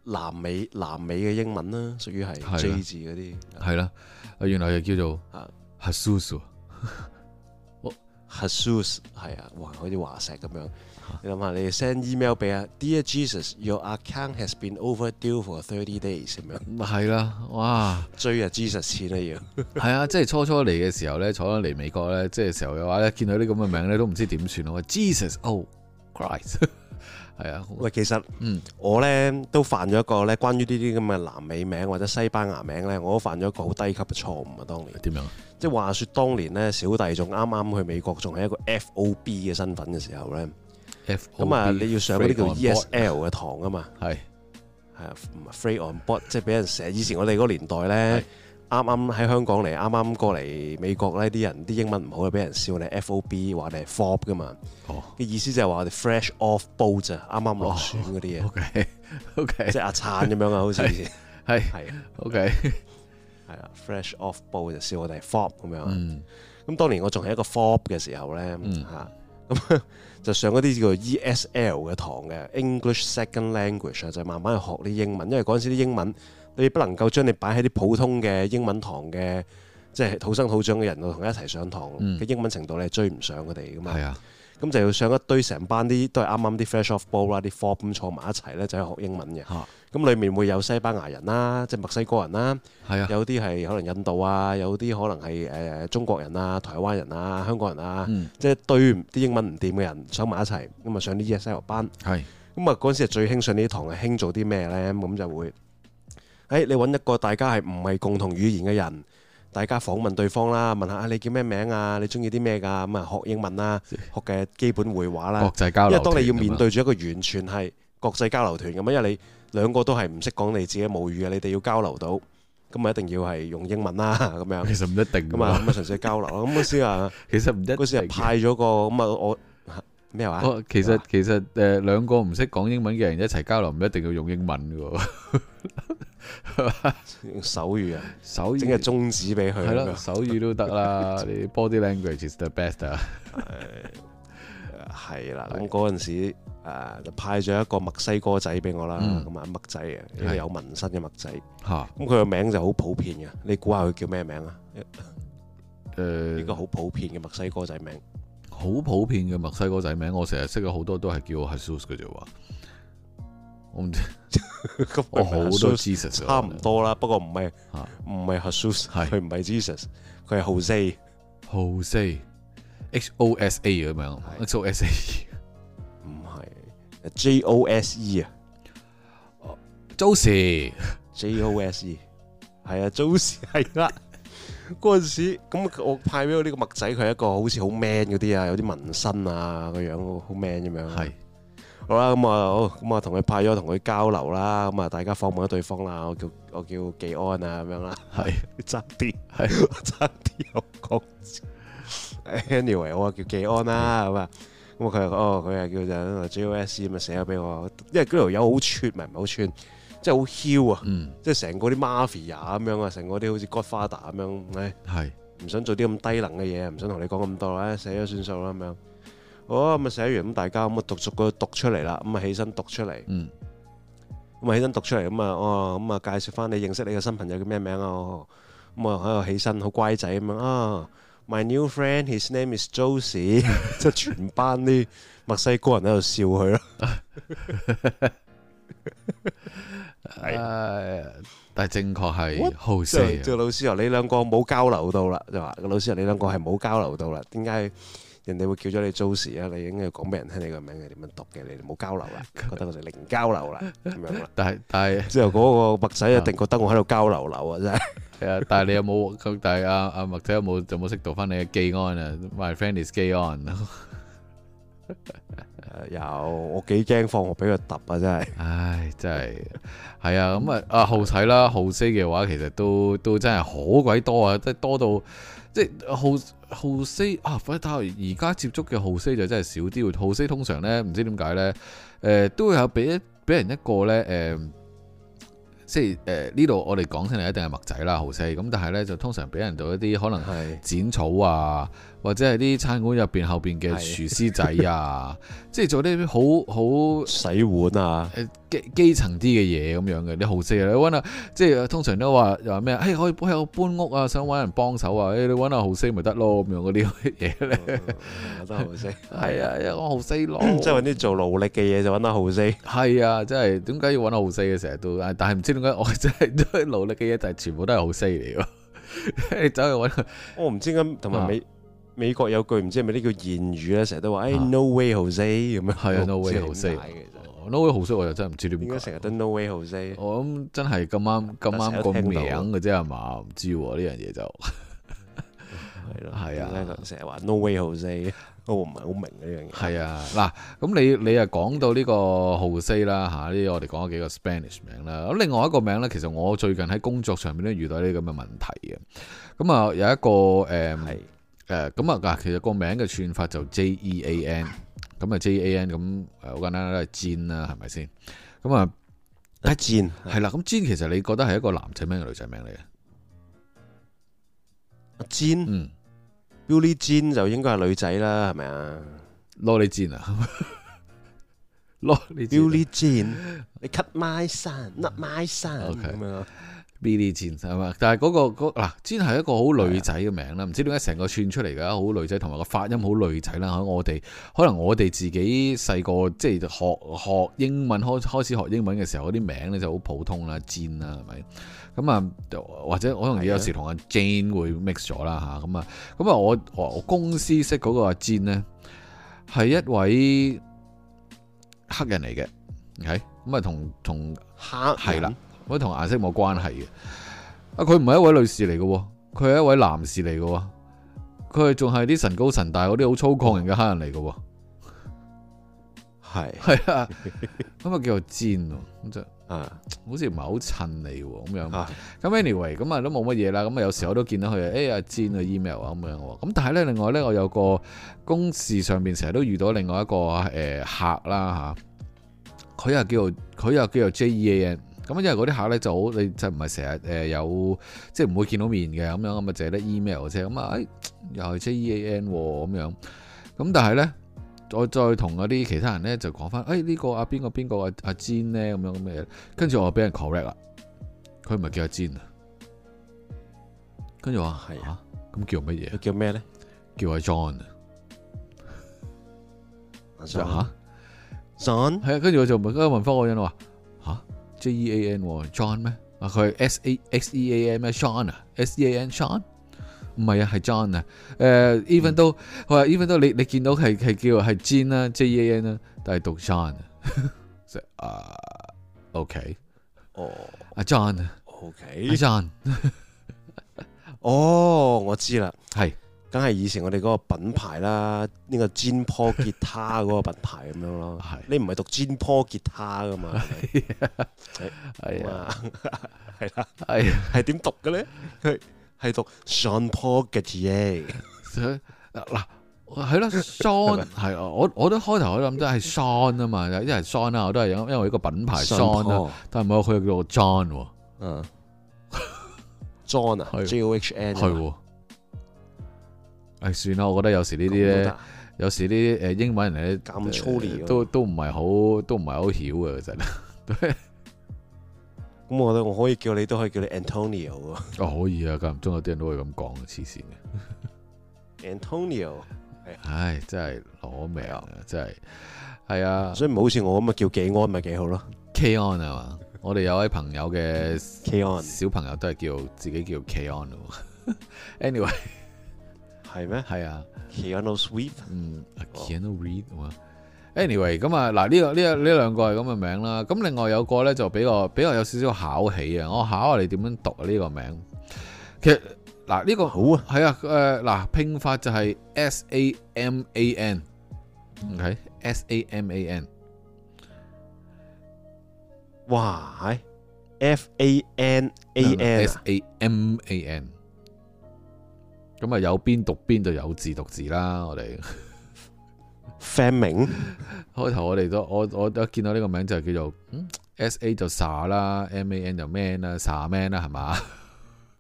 [SPEAKER 1] 南美南美嘅英文啦，屬於
[SPEAKER 2] 係啦
[SPEAKER 1] 係 J 字嗰啲
[SPEAKER 2] 係啦，原來就叫做
[SPEAKER 1] 啊
[SPEAKER 2] Jesus 喎。
[SPEAKER 1] ，Jesus 係啊，哇，好似華石咁樣。你諗下，你 send email 俾啊，Dear Jesus，your account has been overdue for thirty days 咁樣，
[SPEAKER 2] 係啦，哇！
[SPEAKER 1] 追啊 Jesus 錢啦要。
[SPEAKER 2] 係 啊，即係初初嚟嘅時候呢，坐咗嚟美國呢，即係時候嘅話呢，見到啲咁嘅名呢，都唔知點算好啊。Jesus oh Christ，係 啊，
[SPEAKER 1] 喂，其實
[SPEAKER 2] 嗯
[SPEAKER 1] 我咧都犯咗一個咧，關於呢啲咁嘅南美名或者西班牙名咧，我都犯咗一個好低級嘅錯誤啊！當年
[SPEAKER 2] 點樣？
[SPEAKER 1] 即係話說，當年咧小弟仲啱啱去美國，仲係一個 FOB 嘅身份嘅時候咧，
[SPEAKER 2] F
[SPEAKER 1] 咁啊你要上嗰啲叫
[SPEAKER 2] Yes
[SPEAKER 1] ESL 嘅堂啊嘛，
[SPEAKER 2] 係
[SPEAKER 1] 係啊，唔係 free on board，即係俾人成日以前我哋嗰個年代咧。啱啱喺香港嚟，啱啱過嚟美國呢啲人啲英文唔好，就俾人笑你 FOB，話你係 FOB 噶嘛。
[SPEAKER 2] 哦
[SPEAKER 1] 嘅意思就係話我哋 fresh off boat 啊，啱啱落選嗰啲嘢。
[SPEAKER 2] OK OK
[SPEAKER 1] 即係阿燦咁樣啊，好似以前
[SPEAKER 2] 係
[SPEAKER 1] 係啊
[SPEAKER 2] OK
[SPEAKER 1] 係啊，fresh off 報就笑我哋係 fob 咁樣啊。
[SPEAKER 2] 嗯
[SPEAKER 1] 咁當年我仲係一個 fob 嘅時候咧嚇，咁 就上嗰啲叫做 ESL 嘅堂嘅 English Second Language 啊，就慢慢去學啲英文，因為嗰陣時啲英文你不能夠將你擺喺啲普通嘅英文堂嘅。即係土生土長嘅人同佢一齊上堂
[SPEAKER 2] 嗯
[SPEAKER 1] 嘅英文程度，你係追唔上佢哋噶嘛
[SPEAKER 2] 係？啊
[SPEAKER 1] 咁就要上一堆成班啲都係啱啱啲 fresh off ball 啦，啲 fob 咁坐埋一齊咧，就係學英文嘅。
[SPEAKER 2] 嚇
[SPEAKER 1] 咁裏面會有西班牙人啦，即係墨西哥人啦，
[SPEAKER 2] 係啊
[SPEAKER 1] 有啲係可能印度啊，有啲可能係誒、呃中國人啊、台灣人啊、香港人啊，
[SPEAKER 2] 嗯
[SPEAKER 1] 即係一堆唔啲英文唔掂嘅人上埋一齊，咁啊上啲 ESL 班。
[SPEAKER 2] 係
[SPEAKER 1] 咁啊嗰陣時係最興上呢啲堂係興做啲咩呢？咁就會，誒、你揾一個大家係唔係共同語言嘅人，大家訪問對方啦，問下啊你叫咩名啊，你中意啲咩㗎？咁啊學英文啦，學嘅基本會話啦
[SPEAKER 2] 國。際交
[SPEAKER 1] 因
[SPEAKER 2] 流
[SPEAKER 1] 為
[SPEAKER 2] 團㗎嘛。啊
[SPEAKER 1] 當你要面對住一個完全係國際交流團咁啊，因為你兩個都係唔識講你自己母語嘅，啊你哋要交流到，咁啊一定要係用英文啦 咁樣，
[SPEAKER 2] 其實唔一定㗎
[SPEAKER 1] 咁啊
[SPEAKER 2] 嘛，
[SPEAKER 1] 咁啊純粹交流啦。咁嗰時 啊，
[SPEAKER 2] 其實唔一定
[SPEAKER 1] 嗰時係
[SPEAKER 2] 嘅
[SPEAKER 1] 派咗個咁啊我咩啊話？
[SPEAKER 2] 哦，其實其實誒兩個唔識講英文嘅人一齊交流，唔一定要用英文嘅喎。
[SPEAKER 1] 用手語啊，
[SPEAKER 2] 手
[SPEAKER 1] 整個
[SPEAKER 2] 語
[SPEAKER 1] 中指俾佢
[SPEAKER 2] 係
[SPEAKER 1] 咁
[SPEAKER 2] 咯，
[SPEAKER 1] 樣，
[SPEAKER 2] 手語都得啦。你 body language is the best 啊。
[SPEAKER 1] 係啦。
[SPEAKER 2] 係
[SPEAKER 1] 咁嗰陣時誒就派咗一個墨西哥仔俾我啦，
[SPEAKER 2] 嗯
[SPEAKER 1] 咁啊墨仔啊，一個
[SPEAKER 2] 係
[SPEAKER 1] 有紋身嘅墨仔。
[SPEAKER 2] 嚇
[SPEAKER 1] 咁佢個名就好普遍嘅，你估下佢叫咩名啊？呢
[SPEAKER 2] 誒
[SPEAKER 1] 個，好普遍嘅墨西哥仔名。
[SPEAKER 2] 好普遍嘅墨西哥仔名，我成日識咗好多都係叫 Jesus 嘅啫喎。我唔知，
[SPEAKER 1] 咁佢
[SPEAKER 2] 我
[SPEAKER 1] 咪
[SPEAKER 2] Oh，好多
[SPEAKER 1] 哦 Jesus
[SPEAKER 2] Jesus 啊
[SPEAKER 1] 差唔多啦，不過唔係
[SPEAKER 2] 嚇
[SPEAKER 1] 唔係 Jesus，
[SPEAKER 2] 係
[SPEAKER 1] 佢唔係 Jesus，佢係 Jose，
[SPEAKER 2] Jose H O S A 咁樣，H O S A
[SPEAKER 1] 唔係 J O S E 啊
[SPEAKER 2] Jose
[SPEAKER 1] ，J O S E 係啊，Jose 係啦。嗰陣時咁我派俾我呢個墨仔，佢係一個好似好 man 嗰啲啊，有啲紋身啊個樣好 man 咁樣。
[SPEAKER 2] 係
[SPEAKER 1] 好啦，咁啊，好咁啊，同佢派咗，同佢交流啦，咁啊，大家訪問咗對方啦，我叫我叫技安啊咁樣啦。
[SPEAKER 2] 係
[SPEAKER 1] 爭啲，係 爭啲有講。anyway，我話叫技安啦，咁啊，咁啊佢話哦，佢係叫做 G O S 咁啊寫咗俾我，因為嗰條友好串，唔係唔係好串，即係好囂啊，
[SPEAKER 2] 嗯
[SPEAKER 1] 即係成個啲 mafia 咁樣啊，成個啲好似 Godfather 咁樣，唉，
[SPEAKER 2] 係
[SPEAKER 1] 唔想做啲咁低能嘅嘢，唔想同你講咁多啦，唉寫咗算數啦咁樣。好啊，咁啊寫完咁大家咁啊讀逐個讀出嚟啦，咁啊起身讀出嚟。
[SPEAKER 2] 嗯
[SPEAKER 1] 咁啊起身讀出嚟咁啊，哦咁啊介紹翻你認識你嘅新朋友叫咩名啊？哦咁啊喺度起身好乖仔咁樣啊，my new friend，his name is Josie，即係全班啲墨西哥人喺度笑佢咯。係
[SPEAKER 2] 誒，但係正確 係
[SPEAKER 1] 之後
[SPEAKER 2] Jose 啊
[SPEAKER 1] 之後老師話你兩個冇交流到啦，就話個老師話你兩個係冇交流到啦，點解人哋會叫咗你 Josie 啊？你應該要講俾人聽你個名係點樣讀嘅，你哋冇交流啦，覺得我哋零交流啦咁樣 啦。
[SPEAKER 2] 啊，但係但係。
[SPEAKER 1] 之後嗰個墨仔一定覺得我喺度交流流啊，真係。
[SPEAKER 2] 係啊，但係你有冇咁？但係阿阿麥仔有冇有冇識讀翻你嘅基安啊？My friend is 基安，
[SPEAKER 1] 誒有，我幾驚放學俾佢揼啊！真係
[SPEAKER 2] 唉，真係係啊，咁啊，啊浩仔啦，浩西嘅話其實都都真係好鬼多啊，即係多到即係浩浩西啊，反正睇下而家接觸嘅浩西就真係少啲，浩西通常咧唔知點解咧，誒、都會有俾一俾人一個咧誒。即係誒呢度，我哋講親嚟一定係麥仔啦，浩西咁，但係咧就通常俾人到一啲可能
[SPEAKER 1] 係
[SPEAKER 2] 剪草啊，或者係啲餐館入邊後邊嘅
[SPEAKER 1] 係
[SPEAKER 2] 廚師仔啊，即係做啲好好
[SPEAKER 1] 洗碗 啊，
[SPEAKER 2] 誒基基層啲嘅嘢咁樣嘅，你好識啊！你揾啊，即係通常都話又話咩？誒、哎、可以喺度搬屋啊，想揾人幫手啊！誒、你揾阿豪西咪得咯，咁樣嗰啲 嘢咧，
[SPEAKER 1] 我覺得好識。
[SPEAKER 2] 係啊，一個豪西 咯，
[SPEAKER 1] 即係揾啲做勞力嘅嘢就揾得好識。
[SPEAKER 2] 係啊，真係點解要揾豪西嘅成日都，但係唔知點解我真係都係努力嘅嘢，但係全部都係豪西嚟㗎。 你走去揾佢
[SPEAKER 1] 我唔知咁，同埋美美國有句唔知係咪呢叫諺語咧，成日都話
[SPEAKER 2] 啊
[SPEAKER 1] 誒 no way Jose 咁樣。
[SPEAKER 2] 係啊，no
[SPEAKER 1] 我唔
[SPEAKER 2] way
[SPEAKER 1] 知
[SPEAKER 2] 豪
[SPEAKER 1] 點
[SPEAKER 2] 西
[SPEAKER 1] 解嘅其實
[SPEAKER 2] ，no way 豪西我又真係唔知
[SPEAKER 1] 點
[SPEAKER 2] 點
[SPEAKER 1] 解
[SPEAKER 2] 解
[SPEAKER 1] 成。日都 no way Jose？
[SPEAKER 2] 我諗真係咁啱咁啱個名
[SPEAKER 1] 啊
[SPEAKER 2] 嘅啫係嘛，唔知喎呢樣嘢就。
[SPEAKER 1] 係咯，
[SPEAKER 2] 係啊
[SPEAKER 1] 點解佢成日話 no way Jose？我唔係好明呢樣嘢。
[SPEAKER 2] 係啊，嗱，咁你你又講到呢個豪西啦嚇，呢、我哋講咗幾個 Spanish 名啦。咁另外一個名呢，其實我最近喺工作上面都遇到呢啲咁嘅問題嘅。咁啊有一個誒
[SPEAKER 1] 係
[SPEAKER 2] 誒咁啊嗱，其實個名嘅串法就 J E A N，咁啊 J E A N 咁誒好簡單啦，都係 Jean 啦，係咪先？咁啊
[SPEAKER 1] 一戰
[SPEAKER 2] 係啦，咁 Jean 其實你覺得係一個男仔名定女仔名嚟嘅？
[SPEAKER 1] 阿戰
[SPEAKER 2] 嗯，
[SPEAKER 1] Billy 啊 Jean 就應該係女仔啦，係咪啊
[SPEAKER 2] 攞你 Jean 啊， 攞你 Jean 啊
[SPEAKER 1] ？Billy Jean，你 cut my son，not my son
[SPEAKER 2] OK
[SPEAKER 1] 咁樣啊。
[SPEAKER 2] Billy Jean 係嘛？但係嗰、個嗰嗱，Jean 係一個好女仔嘅名啦，唔知點解成個串出嚟㗎，好女仔，同埋個發音好女仔啦。喺我哋可能我哋自己細個即係學學英文開開始學英文嘅時候，嗰啲名咧就好普通啦，Jean 啦係咪？咁啊，就或者可能有時同阿 Jane 會 mix 咗啦嚇，咁啊，咁啊，我我我公司識嗰個阿 Jean 咧係一位黑人嚟嘅，OK，咁啊同同。
[SPEAKER 1] 黑
[SPEAKER 2] 係啦
[SPEAKER 1] 人，
[SPEAKER 2] 咁同顏色冇關係嘅。啊，佢唔係一位女士嚟嘅喎，佢係一位男士嚟嘅喎，佢係仲係啲神高神大嗰啲好粗獷人嘅黑人嚟嘅喎，
[SPEAKER 1] 係
[SPEAKER 2] 係啊，咁啊叫做尖喎，咁就
[SPEAKER 1] 啊
[SPEAKER 2] 好似唔係好襯你喎咁樣。
[SPEAKER 1] 啊
[SPEAKER 2] 咁 anyway，咁啊都冇乜嘢啦。咁啊有時我都見到佢，誒、哎、阿煎嘅 email 啊咁樣喎。咁但係咧，另外咧，我有個公事上面成日都遇到另外一個誒、呃客啦吓，佢、又叫做佢又叫做 JEAN。咁因為嗰啲客咧就好，你就唔係成日誒有即係唔會見到面嘅咁樣，咁啊淨係得 email 啫。咁啊誒又係 JEAN 喎咁樣。咁但係咧。我再同嗰啲其他人咧就講翻，誒、哎、呢、個啊邊個邊個啊阿煎咧咁樣咁嘅嘢，跟住我俾人 correct 啦，佢唔係叫阿煎啊，跟住我話
[SPEAKER 1] 係
[SPEAKER 2] 嚇，咁、叫乜嘢
[SPEAKER 1] 佢
[SPEAKER 2] 啊？
[SPEAKER 1] 叫咩咧？
[SPEAKER 2] 叫阿 John 啊我就話，
[SPEAKER 1] 嚇，John
[SPEAKER 2] 嚇係啊，跟住我就問，跟住問翻嗰個人我話吓 J E A N 喎 John 咩？啊佢係 S A X E A N 咩 Sean 啊 S E A N Sean 唔係啊係 John 啊誒 even 都佢話 even 都你你見到係係叫係 Jean 啦 J E A N 啦，但係讀 John 啊 即係啊 OK
[SPEAKER 1] 哦
[SPEAKER 2] 阿 John 啊阿
[SPEAKER 1] ，OK，
[SPEAKER 2] John
[SPEAKER 1] 哦，我知啦。
[SPEAKER 2] 係
[SPEAKER 1] 梗係以前我哋嗰個品牌啦，呢個 Jean Paul 吉他嗰個品牌咁樣咯
[SPEAKER 2] 係。
[SPEAKER 1] 你唔係讀 Jean Paul 吉他噶嘛？係
[SPEAKER 2] 啊
[SPEAKER 1] 咪
[SPEAKER 2] 係
[SPEAKER 1] 咁
[SPEAKER 2] 啊
[SPEAKER 1] 啊，係啦，
[SPEAKER 2] 係啊
[SPEAKER 1] 係點讀嘅咧？佢係讀 Sean Paul Gaultier，
[SPEAKER 2] 佢啊嗱係咯 Sean 係啊我我都開頭我都諗都係 Sean 啊嘛，一係 Sean 啦，我都係因因為一個品牌 Sean 啊啦。
[SPEAKER 1] Paul，
[SPEAKER 2] 但係唔係佢又叫我 John 喎，
[SPEAKER 1] 嗯，John 啊
[SPEAKER 2] 係
[SPEAKER 1] ，J O H N 啊
[SPEAKER 2] 係喎。唉，算啦，我覺得有時呢
[SPEAKER 1] 咁
[SPEAKER 2] 啲
[SPEAKER 1] 都
[SPEAKER 2] 咧
[SPEAKER 1] 得，
[SPEAKER 2] 有時呢啲誒英文人咧，
[SPEAKER 1] 咁粗嚟
[SPEAKER 2] 呃
[SPEAKER 1] 喎
[SPEAKER 2] 都都唔係好，都唔係好曉嘅其實。
[SPEAKER 1] 咁我覺得我可以叫你，都可以叫你 Antonio 啊
[SPEAKER 2] 哦，可以啊，間唔中有啲人都會咁講嘅，黐線嘅。
[SPEAKER 1] ，Antonio，
[SPEAKER 2] 唉，真係攞命啊，真係。係啊
[SPEAKER 1] 所以唔好似我咁啊，叫紀安咪幾好咯
[SPEAKER 2] ，K on 啊嘛，我哋有位朋友嘅
[SPEAKER 1] ，K on
[SPEAKER 2] 小朋友都係叫自己叫 K on 喎 Anyway，
[SPEAKER 1] 係咩
[SPEAKER 2] 係啊。
[SPEAKER 1] ？Keanu Sweep
[SPEAKER 2] 嗯啊
[SPEAKER 1] 哦
[SPEAKER 2] ，Keanu Reed 啊嘛。Anyway，咁啊，嗱呢個呢個呢兩個係咁嘅名啦。咁另外有個咧就比較比較有少少考起啊。我考下你點樣讀啊呢個名。其實嗱呢個
[SPEAKER 1] 好啊，
[SPEAKER 2] 係啊誒嗱拼法就係 S A M A N OK，S A M A N
[SPEAKER 1] 哇，係 F A N A N 啊
[SPEAKER 2] S A M A N，咁啊有邊讀邊就有字讀字啦。我哋
[SPEAKER 1] ，famine
[SPEAKER 2] 開頭我哋都我我一見到呢個名就叫做嗯 S A 就 sa 啦，M A N 就 man 啦，sa man 啦係嘛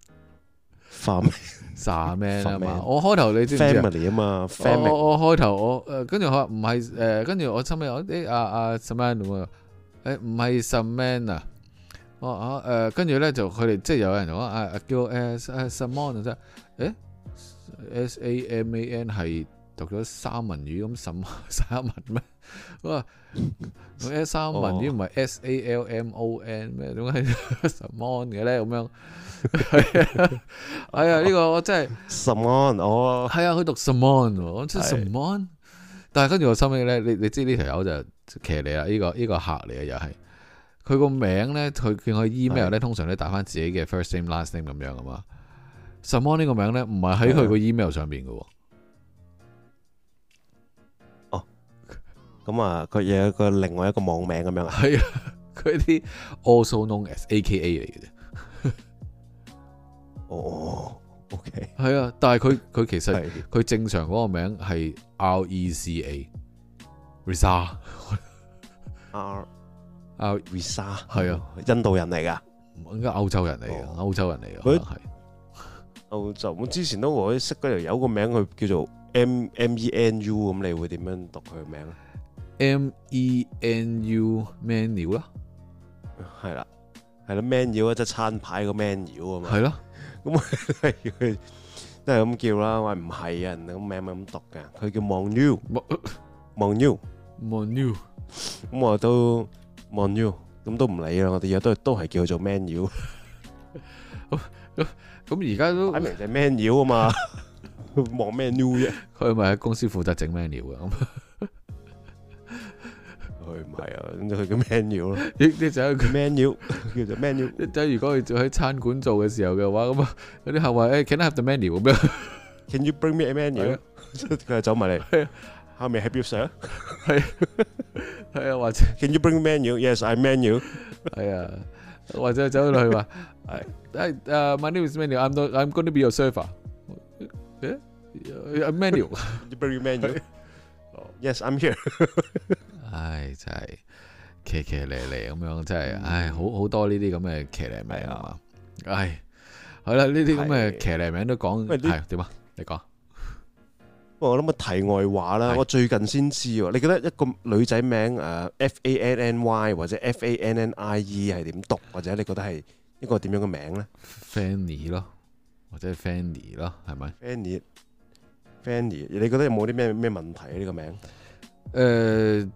[SPEAKER 1] Fam-
[SPEAKER 2] ，sa man 啊
[SPEAKER 1] Sa man
[SPEAKER 2] 嘛。我開頭你知唔知啊
[SPEAKER 1] family 啊嘛
[SPEAKER 2] 我
[SPEAKER 1] ，famine
[SPEAKER 2] 我我開頭我誒跟住我話唔係誒，跟住我心尾我誒啊啊 Saman 咁啊，誒唔係 Saman 啊，我啊誒跟住咧就佢哋即係有人講啊啊叫誒誒 Saman 啊啫，誒 S A M A N 係讀咗三文魚咁什 三文咩？我話誒三文魚唔係 S A L M O N 咩？點解 Saman 嘅咧？咁樣係啊，係啊，呢個我真係〜
[SPEAKER 1] someone 哦，
[SPEAKER 2] 係啊，佢讀 Simon，喎我真係
[SPEAKER 1] 係
[SPEAKER 2] Simon。但係跟住我心尾咧，你你知呢條友就騎你啦，呢、個呢、個客嚟嘅又係。佢個名咧，佢見佢 email 咧，通常咧打翻自己嘅 first name last name 咁樣噶嘛。Simon 呢個名咧，唔係喺
[SPEAKER 1] 啊
[SPEAKER 2] 佢個 email 上邊嘅喎。
[SPEAKER 1] 咁啊佢有一個另外一個網名咁樣啊，
[SPEAKER 2] 係啊，佢啲 also known as A.K.A 嚟嘅啫。
[SPEAKER 1] 哦，OK
[SPEAKER 2] 係啊，但係佢佢其實
[SPEAKER 1] 係
[SPEAKER 2] 佢正常嗰個名係 E R.E.C.A。Reza
[SPEAKER 1] R
[SPEAKER 2] R
[SPEAKER 1] Visa
[SPEAKER 2] 係啊，
[SPEAKER 1] 印度人嚟㗎。
[SPEAKER 2] 應該歐洲人嚟嘅，
[SPEAKER 1] 哦
[SPEAKER 2] 歐洲人嚟嘅，可
[SPEAKER 1] 佢
[SPEAKER 2] 能係
[SPEAKER 1] 歐洲，我之前都我識嗰條友個名，佢叫做 M M E N U，咁你會點樣讀佢名咧？
[SPEAKER 2] M E N U menu 啦，
[SPEAKER 1] 係啦，係啦，menu 啊，即係餐牌個 menu 啊嘛
[SPEAKER 2] 係，咯，
[SPEAKER 1] 係佢都係咁叫啦。喂，唔係啊，人哋個名咪咁讀嘅，佢叫 Monu Monu，
[SPEAKER 2] menu
[SPEAKER 1] 咁我都 Monu，咁都唔理啦。我哋有都都係叫佢做 menu，
[SPEAKER 2] 咁而家都
[SPEAKER 1] 擺明就係 menu 啊嘛， 望 menu 啫，
[SPEAKER 2] 佢係咪喺公司負責整 menu 嘅，咁
[SPEAKER 1] 佢唔係啊，咁就佢叫 menu 咯
[SPEAKER 2] 你你就係佢
[SPEAKER 1] ，menu 叫做 menu。
[SPEAKER 2] 你就係如果佢做喺餐館做嘅時候嘅話，咁啊有啲客話誒，can I have the menu 咁樣，
[SPEAKER 1] Can you bring me a
[SPEAKER 2] 係
[SPEAKER 1] menu？
[SPEAKER 2] 啊
[SPEAKER 1] 佢就走埋
[SPEAKER 2] 係
[SPEAKER 1] 嚟
[SPEAKER 2] 啊。
[SPEAKER 1] 後面 Happy Sir。
[SPEAKER 2] 係啊，或者
[SPEAKER 1] Can you bring me menu? Yes, I menu。
[SPEAKER 2] 係啊，或者走落去話誒誒誒，my uh, name is menu，I'm not I'm going to be your server，誒誒 menu，
[SPEAKER 1] Can you bring me menu? Yes, I'm here。
[SPEAKER 2] 唉真係騎騎嚟嚟咁樣，真係唉好好多呢啲咁嘅騎呢名
[SPEAKER 1] 嗯係
[SPEAKER 2] 啊
[SPEAKER 1] 啊
[SPEAKER 2] 嘛，唉係啦，呢啲咁嘅
[SPEAKER 1] 係
[SPEAKER 2] 騎呢名都講
[SPEAKER 1] 喂呢
[SPEAKER 2] 係點啊？你講
[SPEAKER 1] 不過我諗個題外話啦，
[SPEAKER 2] 係
[SPEAKER 1] 我最近先知喎。你覺得一個女仔名誒 F A N N Y 或者 F A N N I E 係點讀，或者你覺得係一個點樣嘅名咧
[SPEAKER 2] Fanny 咯，或者 Fanny 咯，係咪？
[SPEAKER 1] ？Fanny。Fanny，你覺得有冇啲咩咩問題啊？呢個名
[SPEAKER 2] 誒呃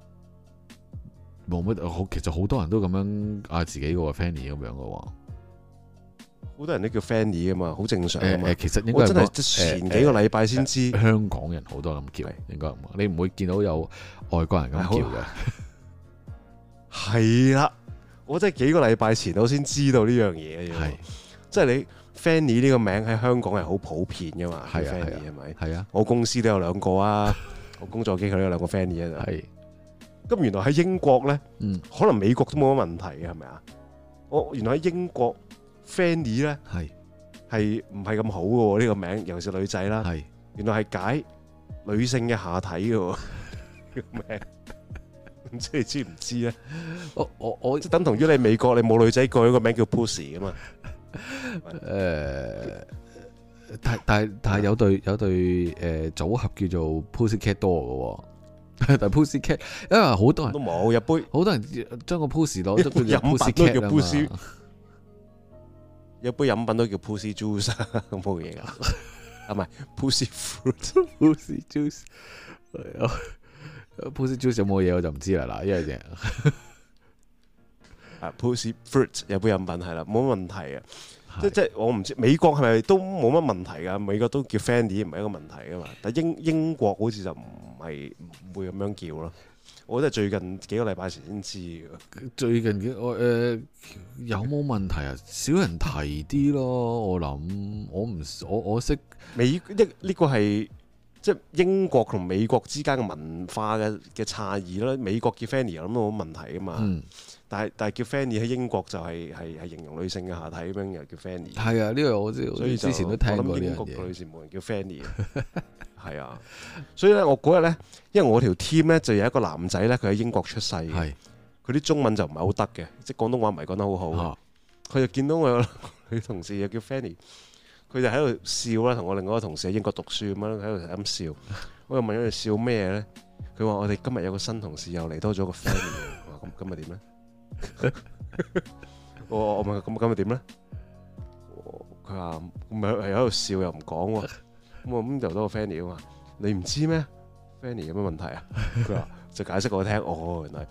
[SPEAKER 2] 冇乜好，其實好多人都咁樣嗌自己個 Fanny 咁樣嘅喎。
[SPEAKER 1] 好多人都叫 Fanny 噶嘛，好正常噶
[SPEAKER 2] 誒
[SPEAKER 1] 嘛
[SPEAKER 2] 誒，。呃其實應該
[SPEAKER 1] 我
[SPEAKER 2] 係
[SPEAKER 1] 真係
[SPEAKER 2] 講
[SPEAKER 1] 即
[SPEAKER 2] 誒
[SPEAKER 1] 前幾個禮拜先知，
[SPEAKER 2] 誒香港人好多咁叫
[SPEAKER 1] 係，
[SPEAKER 2] 應該咁講你唔會見到有外國
[SPEAKER 1] 係
[SPEAKER 2] 人咁叫
[SPEAKER 1] 好
[SPEAKER 2] 嘅。
[SPEAKER 1] 係啦，我真係幾個禮拜前我先知道呢樣嘢嘅喎
[SPEAKER 2] 係
[SPEAKER 1] 即係你 Fanny 呢個名喺香港係好普遍噶嘛，
[SPEAKER 2] 係啊
[SPEAKER 1] Fanny 係咪？
[SPEAKER 2] 係啊
[SPEAKER 1] 我公司都有兩個啊，我工作機構都有兩個 Fanny 喺
[SPEAKER 2] 係
[SPEAKER 1] 度。咁原來喺英國呢，
[SPEAKER 2] 嗯
[SPEAKER 1] 可能美國都冇乜問題嘅係咪啊？我原來喺英國 Fanny 呢
[SPEAKER 2] 係
[SPEAKER 1] 係唔係咁好嘅喎？呢、個名尤其是女仔啦，
[SPEAKER 2] 係
[SPEAKER 1] 原來係解女性嘅下體嘅喎，呢個名唔知你知唔知呢？
[SPEAKER 2] 我我我
[SPEAKER 1] 即係等同於你美國你冇女仔過，有個名叫 Pussy 噶嘛。
[SPEAKER 2] 誒，呃但但但係有對有對誒、呃、組合叫做 Pussycat Door 嘅喎， 但係 Pussycat 因為好多
[SPEAKER 1] 都
[SPEAKER 2] 人
[SPEAKER 1] 冇一杯
[SPEAKER 2] 好多人將個 Pussy 攞都叫
[SPEAKER 1] 飲
[SPEAKER 2] 做
[SPEAKER 1] 白都叫
[SPEAKER 2] Pussycat 啊
[SPEAKER 1] Pussy
[SPEAKER 2] 嘛，
[SPEAKER 1] 一杯飲品都叫 Pussy Juice 啊咁冇嘢噶，啊唔係 Pussy Fruit，
[SPEAKER 2] Pussy Juice 係啊。Pussy Juice 有冇嘢我就唔知啦嗱，因為就
[SPEAKER 1] 啊 Pussy Fruit 有杯飲品係啦，冇乜問題嘅。即即我唔知美國係咪都冇乜問題㗎？美國都叫 Fanny 唔係一個問題㗎嘛。但英英國好似就唔係唔會咁樣叫咯。我都係最近幾個禮拜前先知嘅。
[SPEAKER 2] 最近嘅我誒有冇問題啊？少人提啲咯，我諗我唔我我識
[SPEAKER 1] 美一呢個係即即係英國同美國之間嘅文化嘅嘅差異啦。美國叫 Fanny 我諗冇乜問題噶嘛，
[SPEAKER 2] 嗯，
[SPEAKER 1] 但係但係叫 Fanny 喺英國就係係係形容女性嘅下體咁樣，又叫 Fanny。
[SPEAKER 2] 係啊，呢個我知，
[SPEAKER 1] 所以就
[SPEAKER 2] 之前都聽過
[SPEAKER 1] 我諗
[SPEAKER 2] 呢
[SPEAKER 1] 英
[SPEAKER 2] 樣
[SPEAKER 1] 國嘅
[SPEAKER 2] 嘢
[SPEAKER 1] 女。士冇人叫 Fanny 嘅係啊。所以咧，我嗰日咧，因為我條 team 咧就有一個男仔咧，佢喺英國出世嘅，
[SPEAKER 2] 係
[SPEAKER 1] 佢啲中文就唔係好得嘅，即係廣東話唔係講得好好嘅。
[SPEAKER 2] 啊
[SPEAKER 1] 佢就見到我有個 女同事又叫 Fanny，佢就喺度笑啦，同我另外一個同事喺英國讀書咁樣喺度咁笑。我又問佢哋笑咩咧？佢話我哋今日有個新同事又嚟多咗個 Fanny，我 話咁今日點咧？ 我我問佢咁今日點咧？我佢話唔係係喺度笑又唔講喎。咁我咁就多個 Fanny 啊嘛，你唔知咩？Fanny 有乜問題啊？佢話 就解釋我聽，哦，原來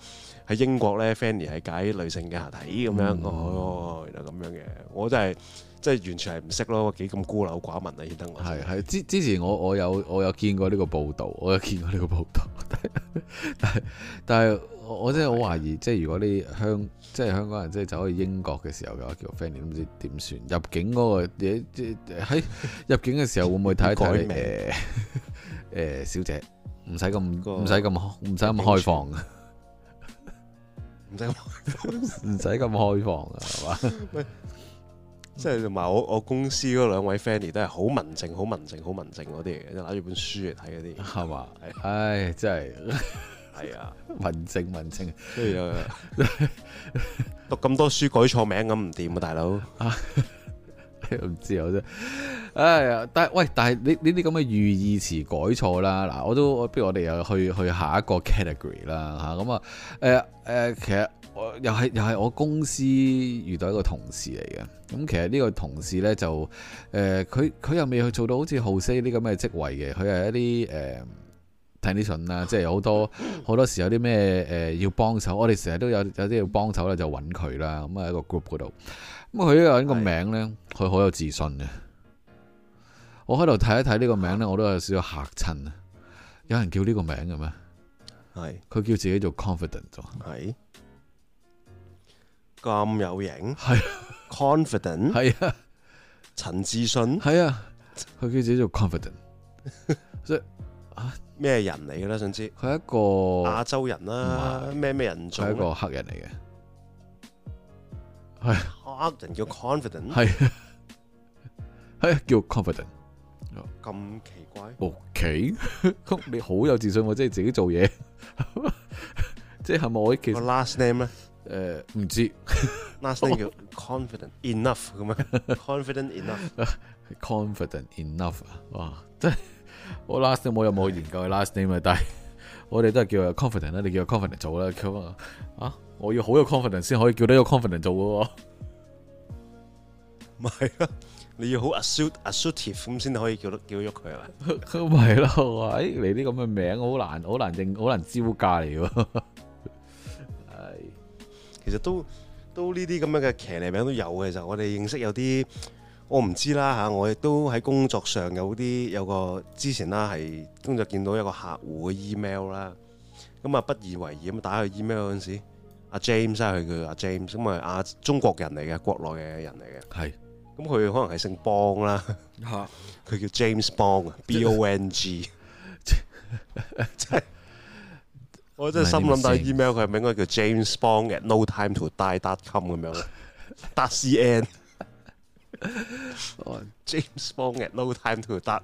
[SPEAKER 1] 喺英國咧，Fanny 係解女性嘅下體咁樣，
[SPEAKER 2] 嗯
[SPEAKER 1] 哦，原來咁樣嘅，我真係真係完全係唔識咯，幾咁孤陋寡聞啊，顯得我
[SPEAKER 2] 係係之之前我我有我有見過呢個報導， 我有見過呢個報導，但係 但係但係我我真係好懷疑，即係如果你香即係香港人即係走去英國嘅時候嘅話，叫 Fanny 都唔知點算入境嗰個嘢，即係喺入境嘅時候會唔會睇一睇
[SPEAKER 1] 改
[SPEAKER 2] 誒誒小姐唔使咁
[SPEAKER 1] 個
[SPEAKER 2] 唔使咁唔使咁開放啊，
[SPEAKER 1] 唔使。
[SPEAKER 2] 唔使咁開放啊，係嘛？
[SPEAKER 1] 即係同埋我我公司嗰兩位 Fanny 都係好文靜、好文靜、好文靜嗰啲嚟嘅，即係攞住本書嚟睇嗰啲。
[SPEAKER 2] 係嘛
[SPEAKER 1] 係？
[SPEAKER 2] 唉，真係
[SPEAKER 1] 係啊，
[SPEAKER 2] 文靜文靜。
[SPEAKER 1] 跟住又讀咁多書改錯名咁唔掂啊，大佬。
[SPEAKER 2] 唔知啊我真係，哎呀！但係喂，但係呢呢啲咁嘅寓意詞改錯啦，嗱，我都我不如我哋又去去下一個 category 啦嚇，咁啊誒誒，其實我又係又係我公司遇到一個同事嚟嘅，咁其實呢個同事呢，就誒佢佢又未去做到好似浩 C 呢啲咁嘅職位嘅，佢係一啲誒。technician 啦，即係有好多好多時有啲咩誒要幫手，我哋成日都有有啲要幫手咧，就揾佢啦。咁啊喺個 group 嗰度，咁啊佢呢個人個名呢，佢好有自信嘅。我喺度睇一睇呢個名呢，我都有少少嚇親啊！有人叫呢個名嘅咩？
[SPEAKER 1] 係
[SPEAKER 2] 佢叫自己做 confident 喎，
[SPEAKER 1] 係咁有型，
[SPEAKER 2] 係啊
[SPEAKER 1] confident，
[SPEAKER 2] 係啊
[SPEAKER 1] 陳志信
[SPEAKER 2] 係啊，佢叫自己做 confident，
[SPEAKER 1] 咩人嚟嘅咧？想知
[SPEAKER 2] 佢係一個
[SPEAKER 1] 亞洲人啦
[SPEAKER 2] 哦唔，係
[SPEAKER 1] 咩咩人種
[SPEAKER 2] 係一
[SPEAKER 1] 呢？
[SPEAKER 2] 個黑人嚟嘅，
[SPEAKER 1] 黑人叫 confident，
[SPEAKER 2] 係啊係啊叫 confident。
[SPEAKER 1] 咁奇怪。
[SPEAKER 2] O K，咁 你好有自信喎，即係自己做嘢， 即係係咪我其
[SPEAKER 1] 個
[SPEAKER 2] 實
[SPEAKER 1] last name 咧
[SPEAKER 2] 誒唔知
[SPEAKER 1] ，last name 叫 confident enough 咁樣，confident enough。
[SPEAKER 2] confident enough 啊，哇！真係我 last name 我有冇研究佢 last name 啊？但係 我哋都係叫佢 confident 啦，你叫佢 confident 做啦，咁啊啊！我要好有 confident 先可以叫得有 confident 做嘅喎。
[SPEAKER 1] 唔係啊，你要好 assert assertive 咁先可以叫得叫喐佢係咪？
[SPEAKER 2] 咁咪咯，喂，你啲咁嘅名好難好難認好難招架嚟喎。係
[SPEAKER 1] 其實都都呢啲咁樣嘅騎呢名都有嘅。其實我哋認識有啲我唔知啦嚇，我亦都喺工作上有啲有個之前啦係工作見到有個客戶嘅 email 啦，咁啊不以為意咁打去 email 嗰陣時，阿 James 啊佢叫阿 James，咁啊阿中國人嚟嘅，國內嘅人嚟嘅，
[SPEAKER 2] 係
[SPEAKER 1] 咁佢可能係姓邦啦，
[SPEAKER 2] 嚇，
[SPEAKER 1] 佢叫 James Bond 啊，B O N G，真係我真係心諗打 email 佢係咪應該叫 James Bond at no time to die dot com 咁樣咧？dot cn James Bond at no time to die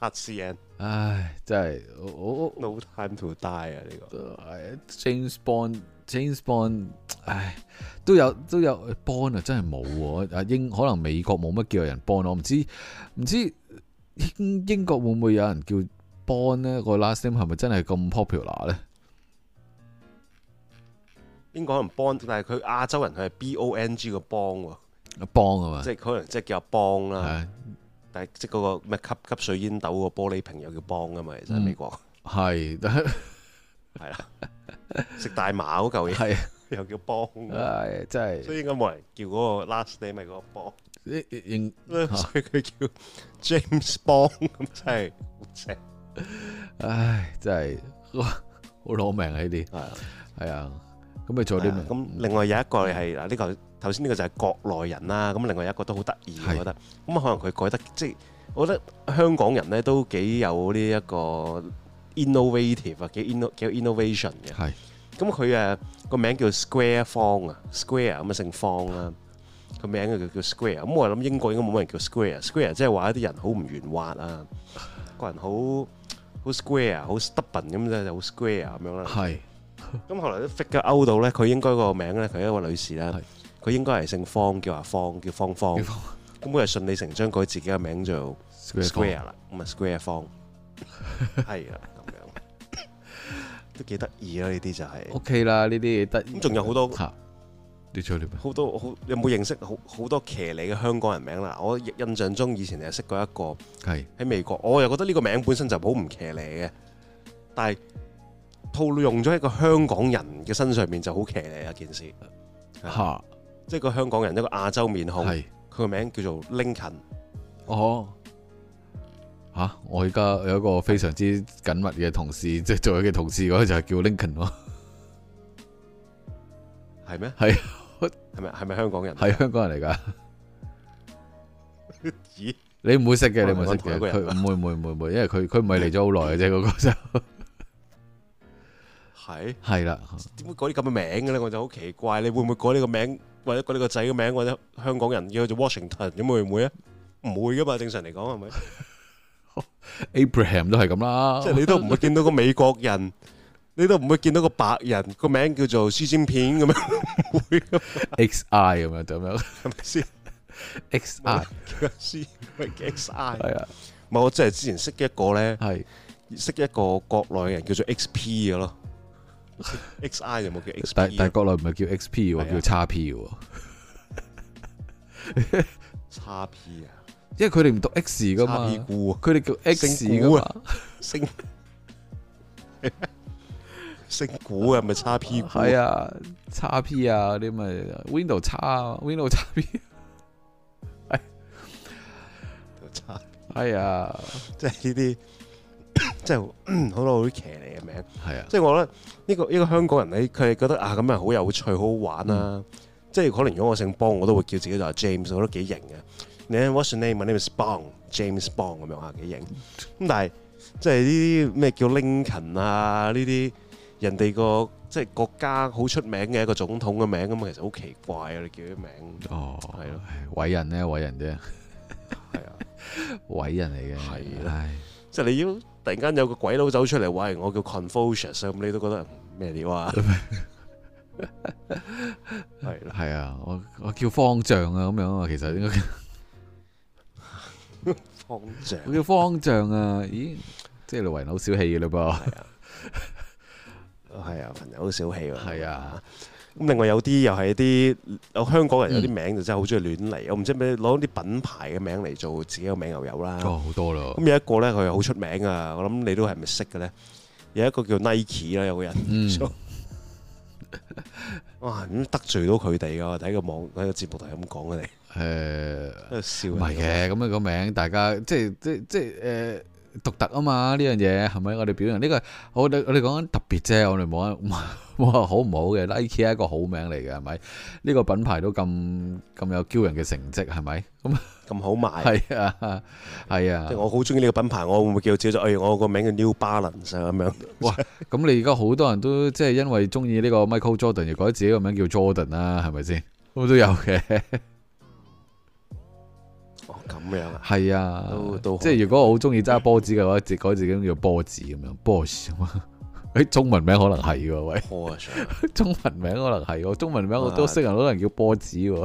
[SPEAKER 1] dot cn
[SPEAKER 2] 唉，真係我我。我
[SPEAKER 1] no time to die 啊呢個
[SPEAKER 2] 係 James Bond，James Bond，唉，都有都有 Bond 啊，真係冇喎。啊英可能美國冇乜叫人 Bond，我唔知唔知英英國會唔會有人叫 Bond 呢？個 last name 係咪真係咁 popular 呢？
[SPEAKER 1] 英國可能 Bond，但係佢亞洲人佢係 B O N G 個 Bond 喎，
[SPEAKER 2] 邦啊嘛
[SPEAKER 1] 即，係可能即係啊叫阿邦啦，
[SPEAKER 2] 係
[SPEAKER 1] 但係即係嗰個咩吸吸水煙斗個玻璃瓶又叫邦㗎嘛，其實喺美國
[SPEAKER 2] 係但係
[SPEAKER 1] 係啦，食大麻嗰 嚿嘢
[SPEAKER 2] 係
[SPEAKER 1] 又叫邦。
[SPEAKER 2] 唉，真
[SPEAKER 1] 所
[SPEAKER 2] 係
[SPEAKER 1] 以應該冇人叫嗰個 last name 係嗰個波，
[SPEAKER 2] 應應
[SPEAKER 1] 所以佢叫 James Bond 咁真係好正。
[SPEAKER 2] 唉，真係哇好攞命啊！呢啲
[SPEAKER 1] 係啊
[SPEAKER 2] 係啊，咁你做啲咩？
[SPEAKER 1] 咁另外有一個係嗱，呢個頭先呢個就係國內人啦，咁另外有一個都好得意，
[SPEAKER 2] 係
[SPEAKER 1] 我覺得。咁可能佢改得即係我覺得香港人咧都幾有呢一個 innovative 啊，幾 inno 幾有 innovation 嘅。
[SPEAKER 2] 係
[SPEAKER 1] 咁佢誒個名叫 Square 方啊，Square 咁啊姓方啦，個名佢叫叫 Square。咁我諗英國應該冇乜人叫 Square，Square 即係話一啲人好唔圓滑啊，個人好好 Square，好 stubborn 咁就就好 Square 咁樣啦。
[SPEAKER 2] 係
[SPEAKER 1] 咁後來都 figure out 到咧，佢應該個名咧，佢一位女士啦
[SPEAKER 2] 係，
[SPEAKER 1] 佢應該係姓方，叫阿方，叫芳芳。
[SPEAKER 2] 叫
[SPEAKER 1] 咁佢係順理成章改自己嘅名做
[SPEAKER 2] Square Four
[SPEAKER 1] Square 啦，咁啊 Square 方，係啊咁樣，都幾得意啊！呢啲就係
[SPEAKER 2] OK 啦，呢啲得意
[SPEAKER 1] 咁，仲有好多
[SPEAKER 2] 嚇你做啲咩？
[SPEAKER 1] 好多好有冇認識好好多騎呢嘅香港人名啦？我印象中以前係識過一個
[SPEAKER 2] 係
[SPEAKER 1] 喺美國，我又覺得呢個名本身就好唔騎呢嘅，但係套用咗喺個香港人嘅身上面就好騎呢啊件事。啊
[SPEAKER 2] 嚇
[SPEAKER 1] 即係個香港人一個亞洲面孔，佢
[SPEAKER 2] 係
[SPEAKER 1] 個名叫做 Lincoln，
[SPEAKER 2] 哦。嚇、我而家有一個非常之緊密嘅同事， 即係做佢嘅同事嗰個就係叫 Lincoln 咯，
[SPEAKER 1] 係咩？
[SPEAKER 2] 係
[SPEAKER 1] 係咪係咪香港人？
[SPEAKER 2] 係香港人嚟㗎。
[SPEAKER 1] 咦？
[SPEAKER 2] 你唔會識嘅，
[SPEAKER 1] 可
[SPEAKER 2] 你
[SPEAKER 1] 能
[SPEAKER 2] 唔會識
[SPEAKER 1] 同一
[SPEAKER 2] 嘅，
[SPEAKER 1] 個
[SPEAKER 2] 佢
[SPEAKER 1] 人
[SPEAKER 2] 唔會唔會唔會唔會，因為佢佢 唔係嚟咗好耐嘅啫，嗰個就
[SPEAKER 1] 係
[SPEAKER 2] 係啦，
[SPEAKER 1] 點會改啲咁嘅名嘅咧？我就好奇怪，你會唔會改呢個名，或者改呢個仔嘅名，或者香港人叫佢做 Washington 咁會唔會啊？唔會噶嘛，正常嚟講係咪？
[SPEAKER 2] Abraham 都係咁啦，
[SPEAKER 1] 即係你都唔會見到個美國人，你都唔會見到個白人個名叫做書尖片 咁樣，唔會㗎
[SPEAKER 2] XI 咁樣咁樣
[SPEAKER 1] 係咪先？
[SPEAKER 2] XI
[SPEAKER 1] 叫書咪 XI，
[SPEAKER 2] 係啊，
[SPEAKER 1] 唔係我真係之前識一個咧。
[SPEAKER 2] 係
[SPEAKER 1] 識一個國內人叫做 XP 嘅咯，XI 有冇叫 XP？
[SPEAKER 2] 但但
[SPEAKER 1] 啊
[SPEAKER 2] 國內唔係叫 XP
[SPEAKER 1] 係啊
[SPEAKER 2] 喎，叫叉 P 喎，
[SPEAKER 1] 叉 P 啊，
[SPEAKER 2] 因為佢哋唔讀 X 噶
[SPEAKER 1] 叉 P
[SPEAKER 2] 嘛，
[SPEAKER 1] 菇啊，
[SPEAKER 2] 佢哋叫 X
[SPEAKER 1] 姓古
[SPEAKER 2] 噶
[SPEAKER 1] 啊
[SPEAKER 2] 嘛，
[SPEAKER 1] 星星股啊，咪叉 P 股
[SPEAKER 2] 係啊，叉 P 啊嗰啲咪 Window 叉啊 Window 叉 P，
[SPEAKER 1] 叉
[SPEAKER 2] 係啊，
[SPEAKER 1] 即係呢啲， 即係嗯好多好騎呢嘅名。
[SPEAKER 2] 係啊，
[SPEAKER 1] 即係我覺得呢、個呢、個香港人咧，佢哋覺得啊咁樣好有趣、好好玩啦、
[SPEAKER 2] 嗯
[SPEAKER 1] 即係可能如果我姓邦，我都會叫自己就係 James，我覺得幾型嘅。你 What's your name？My name is Bong，James Bong 咁樣啊，幾型。咁但係即係呢啲咩叫 Lincoln 啊？呢啲人哋個即係國家好出名嘅一個總統嘅名咁，其實好奇怪啊！你叫啲名
[SPEAKER 2] 哦，
[SPEAKER 1] 係咯，
[SPEAKER 2] 偉人咧，偉人啫，
[SPEAKER 1] 係啊，
[SPEAKER 2] 偉人嚟嘅，
[SPEAKER 1] 係
[SPEAKER 2] 啦，
[SPEAKER 1] 即係你要突然間有個鬼佬走出嚟，喂，我叫 Confucius 啊咁，你都覺得嗯咩料 啊？係啦。
[SPEAKER 2] 係啊，我我叫方丈啊，咁樣啊，其實應該。
[SPEAKER 1] 方丈
[SPEAKER 2] 我叫方丈啊，咦，即係你圍樓小氣嘅嘞噃，
[SPEAKER 1] 係啊，朋友好小氣喎。
[SPEAKER 2] 係啊，
[SPEAKER 1] 咁另外有啲又係啲有哦香港人有啲名就真係好中意亂嚟，我唔知咩攞啲品牌嘅名嚟做自己個名又有啦。
[SPEAKER 2] 哦好多咯，
[SPEAKER 1] 咁有一個咧，佢好出名啊！我諗你都係咪識嘅咧？有一個叫 Nike 啦，有個人。
[SPEAKER 2] 嗯，
[SPEAKER 1] 哇！咁得罪到佢哋噶，第一個網喺個節目度係咁講佢哋，
[SPEAKER 2] 誒，
[SPEAKER 1] 喺度笑
[SPEAKER 2] 唔
[SPEAKER 1] 人哋。
[SPEAKER 2] 係嘅，咁樣個名大家即係即係即係誒獨特啊嘛，呢樣嘢係咪？我哋表揚呢個，我哋我哋講緊特別啫，我哋 冇冇冇話好唔好嘅，Nike 係一個好名嚟嘅，係咪？呢個品牌都咁咁有驕人嘅成績，係咪？咁
[SPEAKER 1] 咁好賣。
[SPEAKER 2] 係啊，係啊
[SPEAKER 1] 即係。我好中意呢個品牌，我會唔會叫自己做？哎，我個名叫 New Balance 啊咁樣。
[SPEAKER 2] 咁你而家好多人都即係因為中意呢個 Michael Jordan 而改自己個名叫 Jordan à, 啦，係咪先？咁都有嘅。
[SPEAKER 1] 哦，咁樣啊。
[SPEAKER 2] 係啊，
[SPEAKER 1] 都都好
[SPEAKER 2] 即係如果我好中意揸波子嘅話，自改自己叫波子咁樣，波子咁啊。 誒中文名可能係喎，喂，
[SPEAKER 1] Porsche
[SPEAKER 2] 中文名可能係喎，中文名我都識人，好多人叫波子喎，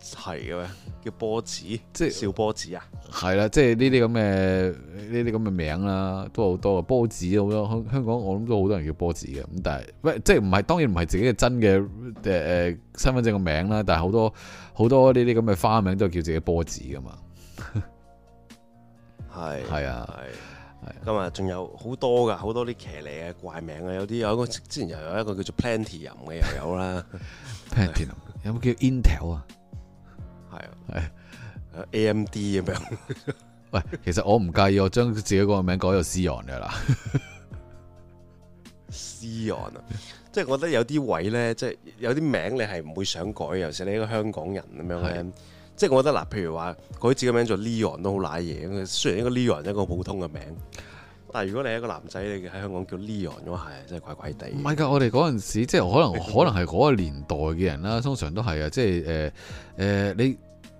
[SPEAKER 1] 係嘅咩？叫波子，
[SPEAKER 2] 即係
[SPEAKER 1] 笑波子啊！
[SPEAKER 2] 係啦，即係呢啲咁嘅呢啲咁嘅名啦，都好多啊，波子好多，香香港我諗都好多人叫波子嘅，咁但係喂，即係唔係當然唔係自己嘅真嘅誒誒身份證嘅名啦，但係好多好多呢啲咁嘅花名都係叫自己波子噶嘛，
[SPEAKER 1] 係
[SPEAKER 2] 係啊，
[SPEAKER 1] 係
[SPEAKER 2] 係啊
[SPEAKER 1] 咁啊，仲有好多噶，好多啲騎呢嘅怪名啊，有啲有一個之前又有一個叫做 Plenty 人嘅又有啦，
[SPEAKER 2] Platinum 有冇叫 Intel 啊？
[SPEAKER 1] 係啊，
[SPEAKER 2] 係
[SPEAKER 1] 有 AMD 咁樣，
[SPEAKER 2] 喂，其實我唔介意，我將自己嗰個名改做 Sion 嘅啦。
[SPEAKER 1] 思昂啊，即係我覺得有啲位咧，即係有啲名你係唔會想改，尤其是你一個香港人咁樣咧，即係我覺得嗱，譬如話改自己個名做 Leon 都好賴嘢，雖然一個 Leon 係一個普通嘅名，但係如果你係一個男仔，你喺香港叫 Leon 嘅話，係真係怪怪地。
[SPEAKER 2] 唔係㗎，我哋嗰陣時即係可能 可能係嗰個年代嘅人啦，通常都係啊，即係誒誒你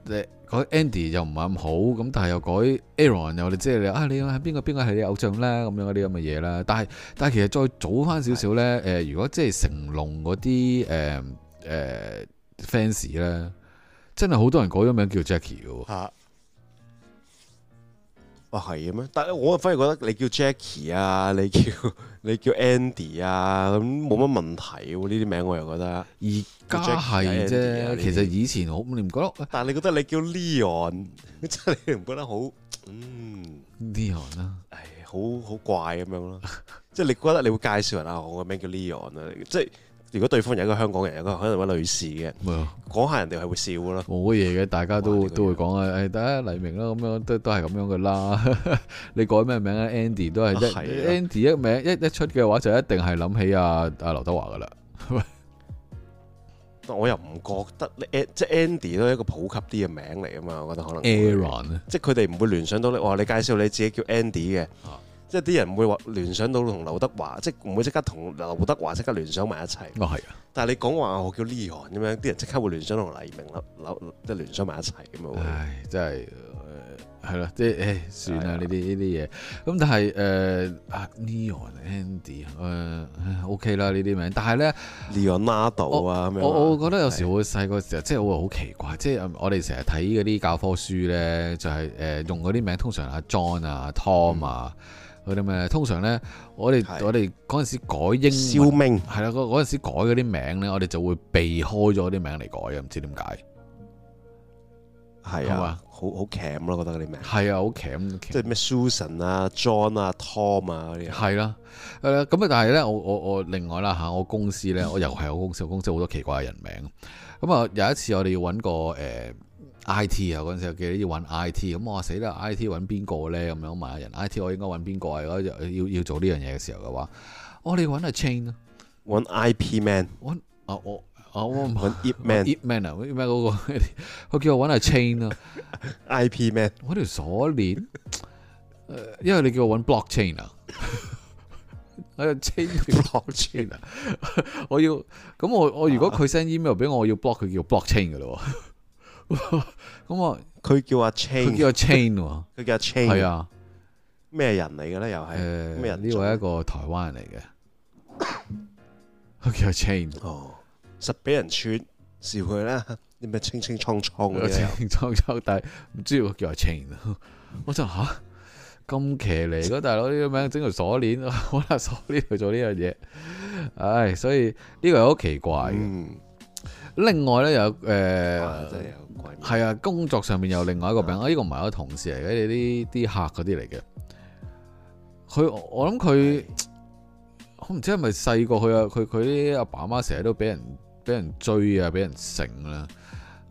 [SPEAKER 2] 誒改 Andy 又唔係咁好，咁但係又改 Aaron 又即係你啊，你係邊個邊個係你偶像咧咁樣嗰啲咁嘅嘢啦。但係但係其實再早翻少少咧，誒、如果即係成龍嗰啲誒誒 fans 咧，真係好多人改咗名叫 Jackie 嘅喎。
[SPEAKER 1] 嚇！哇啊係嘅咩？但係我反而覺得你叫 Jackie 啊，你叫 你叫 Andy 啊，咁冇乜問題喎。呢啲名我又覺得，
[SPEAKER 2] 而家係
[SPEAKER 1] Jackie 啊呢
[SPEAKER 2] 啫，
[SPEAKER 1] 啲
[SPEAKER 2] 其實以前好你唔覺得
[SPEAKER 1] 但係你覺得你叫 Leon，真 係你唔覺得好嗯？
[SPEAKER 2] Leon 啦？
[SPEAKER 1] 唉，好好怪咁樣 咯。即係你覺得你會介紹人啊，我個名叫 Leon 啊，即係如果對方有一個香港人，有一個可能有一個女士嘅，
[SPEAKER 2] 咪啊
[SPEAKER 1] 講下人哋係會笑咯。
[SPEAKER 2] 冇乜嘢嘅，大家
[SPEAKER 1] 哇
[SPEAKER 2] 都
[SPEAKER 1] 呢個
[SPEAKER 2] 都會
[SPEAKER 1] 樣
[SPEAKER 2] 講啊，誒，大家黎明啦，咁樣都都係咁樣噶啦。你改咩名啊？Andy 都係一
[SPEAKER 1] 係啊
[SPEAKER 2] Andy 一名一一出嘅話，就一定係諗起啊啊劉德華噶啦。
[SPEAKER 1] 但我又唔覺得你，An- 即係 Andy 都係一個普及啲嘅名嚟啊嘛，我覺得可能
[SPEAKER 2] Aaron 啊
[SPEAKER 1] 即係佢哋唔會聯想到你，哇！你介紹你自己叫 Andy 嘅
[SPEAKER 2] 啊，
[SPEAKER 1] 即係啲人唔會話聯想到同劉德華，即係唔會即刻同劉德華即刻聯想埋一齊。
[SPEAKER 2] 哦係啊，
[SPEAKER 1] 但係你講話我叫 Leon 咁樣，啲人即刻會聯想同黎明啦，劉即係聯想埋一齊咁啊會。
[SPEAKER 2] 唉，真係誒係啦，即係誒算啦呢啲呢啲嘢。咁但係誒啊 Neon Andy 誒唉 OK 啦呢啲名，但係咧。
[SPEAKER 1] Leonardo 啊咁樣啊。
[SPEAKER 2] 我我覺得有時我細個時候，即係我會好奇怪，即係嗯我哋成日睇嗰啲教科書呢，就係、呃用嗰啲名，通常阿 John 啊、Tom 啊嗰啲咩，通常呢，我哋
[SPEAKER 1] 係
[SPEAKER 2] 我哋嗰陣時改英
[SPEAKER 1] 肖
[SPEAKER 2] 文
[SPEAKER 1] 明
[SPEAKER 2] 係啦，嗰嗰陣時改嗰啲名呢，我哋就會避開咗啲名嚟改嘅，唔知點解。
[SPEAKER 1] 係
[SPEAKER 2] 好
[SPEAKER 1] 啊
[SPEAKER 2] 啊，
[SPEAKER 1] 好好 cam 咯，覺得嗰啲名，
[SPEAKER 2] 係啊，好鉗，
[SPEAKER 1] 即係咩 Susan 啊、John 啊、Tom 啊嗰啲啊。
[SPEAKER 2] 係啦，係啦，咁啊，但係咧，我我我另外啦嚇，我公司咧，我又係我公司，我公司好多奇怪嘅人名。咁啊，有一次我哋要揾個誒、I T 啊，嗰陣時我記得要揾 I T，咁我話死啦，I T 揾邊個咧？咁樣問下人，I T 我應該揾邊個啊？如果要要做呢樣嘢嘅時候嘅話，我哋揾阿 Chain 啊，
[SPEAKER 1] 揾 IP Man，
[SPEAKER 2] 揾啊我啊我唔
[SPEAKER 1] 揾 Ip
[SPEAKER 2] Ip Man 啊，Ip Man 嗰、個，佢叫我揾阿 Chain 啊，
[SPEAKER 1] Man，IP Man，
[SPEAKER 2] 我條鎖鏈，誒、因為你叫我揾 blockchain 啊， 我要 chain 條 blockchain 啊， 我要咁我我如果佢 send email 俾我，我要 block 佢叫 blockchain 噶咯喎， 咁我
[SPEAKER 1] 佢叫阿
[SPEAKER 2] 佢
[SPEAKER 1] Chain，
[SPEAKER 2] 叫我 chain 喎，
[SPEAKER 1] 佢叫阿 Chain，
[SPEAKER 2] 係，啊，
[SPEAKER 1] 咩人嚟嘅咧又係
[SPEAKER 2] 誒
[SPEAKER 1] 咩人
[SPEAKER 2] 呢位啊
[SPEAKER 1] 做
[SPEAKER 2] 一個台灣人嚟嘅，佢叫我 chain。
[SPEAKER 1] 哦，實俾人串笑佢啦， 啲咩清清倉倉
[SPEAKER 2] 我
[SPEAKER 1] 嗰啲啊
[SPEAKER 2] 清楚楚，但係唔知我叫阿 Chain 我就吓咁騎呢嗰大佬呢個名整條鎖鏈， 我拿鎖鏈去做呢樣嘢，唉，所以呢個係好奇怪嘅。
[SPEAKER 1] 嗯，
[SPEAKER 2] 另外咧有
[SPEAKER 1] 哇真
[SPEAKER 2] 誒
[SPEAKER 1] 係有鬼名
[SPEAKER 2] 係啊，工作上面有另外一個名，啊呢個唔係我同事嚟嘅，你啲啲客嗰啲嚟嘅。佢我我諗佢。我唔知係咪細個佢啊，佢佢啲阿爸阿媽成日都俾人俾人追啊，俾人醒啦。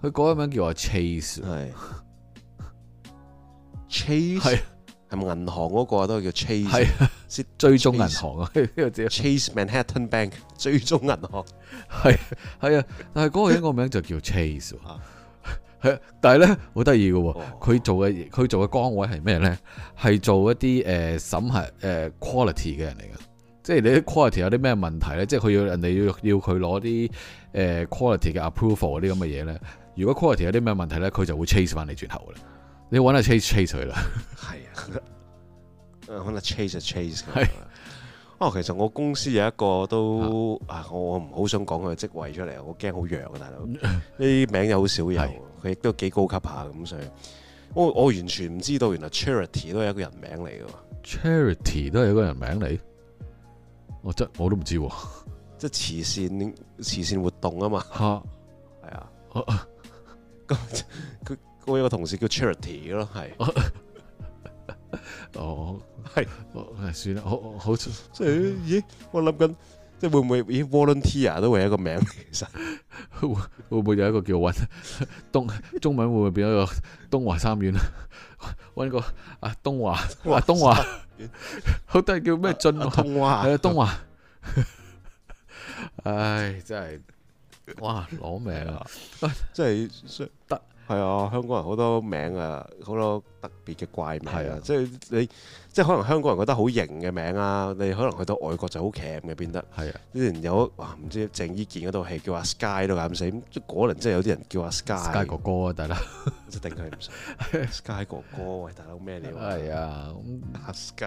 [SPEAKER 2] 佢改個名叫阿 Chase，啊
[SPEAKER 1] 係
[SPEAKER 2] 係
[SPEAKER 1] Chase 係咪銀行嗰個啊都係叫 Chase
[SPEAKER 2] 係啊
[SPEAKER 1] 是
[SPEAKER 2] 追蹤銀行啊，呢個字
[SPEAKER 1] Chase Manhattan Bank 追蹤銀行
[SPEAKER 2] 係係啊，但係嗰個人個名就叫 Chase，喎
[SPEAKER 1] 啊
[SPEAKER 2] 係啊但係咧好得意嘅喎，
[SPEAKER 1] 哦
[SPEAKER 2] 佢做嘅嘢佢做嘅崗位係咩咧？係做一啲誒審核誒 quality 嘅人嚟嘅，即係你啲 quality 有啲咩問題咧？即係佢要人哋要要佢攞啲誒 quality 嘅 approval 嗰啲咁嘅嘢咧。如果 quality 有啲咩問題咧，佢就會 chase 翻你轉頭嘅啦。你揾下 chase chase 佢啦，
[SPEAKER 1] 係 啊，嗯可能 Chase 就 Chase 咁
[SPEAKER 2] 係
[SPEAKER 1] 樣啦哦，其實我公司有一個都啊，我我唔好想講佢嘅職位出嚟，我驚好弱啊，大佬。呢啲名又好少有
[SPEAKER 2] 係，
[SPEAKER 1] 佢亦都幾高級下咁，所以我我完全唔知道，原來 Charity 都係一個人名嚟嘅喎，
[SPEAKER 2] Charity 都係一個人名嚟，我真我都唔知喎
[SPEAKER 1] 即係慈善慈善活動啊嘛，
[SPEAKER 2] 嚇。
[SPEAKER 1] 係啊。
[SPEAKER 2] 啊
[SPEAKER 1] 咁佢我有個同事叫 Charity 嘅咯，係，
[SPEAKER 2] 哦，
[SPEAKER 1] 係
[SPEAKER 2] 哦，唉算啦，好好好係
[SPEAKER 1] 即係咦，我諗緊，即係會唔會咦 volunteer 都會係一個名其實。
[SPEAKER 2] 會唔會有一個叫揾 東中文會唔會變咗個東華三院啊？ 揾個啊東華啊東華， 好得叫咩俊
[SPEAKER 1] 啊
[SPEAKER 2] 華
[SPEAKER 1] 通話
[SPEAKER 2] 係啊東華， 唉真係哇攞命啊！
[SPEAKER 1] 即係係啊，香港人好多名啊，好多特別嘅怪名
[SPEAKER 2] 係
[SPEAKER 1] 啊
[SPEAKER 2] 啊，
[SPEAKER 1] 即係你即係可能香港人覺得好型嘅名啊，你可能去到外國就好 cam 嘅變得。
[SPEAKER 2] 係啊，
[SPEAKER 1] 之前有哇唔知鄭伊健嗰套戲叫阿 Sky 都咁死，咁即係果然真係有啲人叫阿 Sky，
[SPEAKER 2] 街哥哥啊，大佬，
[SPEAKER 1] 即係頂佢唔順。Sky 哥哥，喂大佬咩料啊？
[SPEAKER 2] 係啊，咁
[SPEAKER 1] 阿 Sky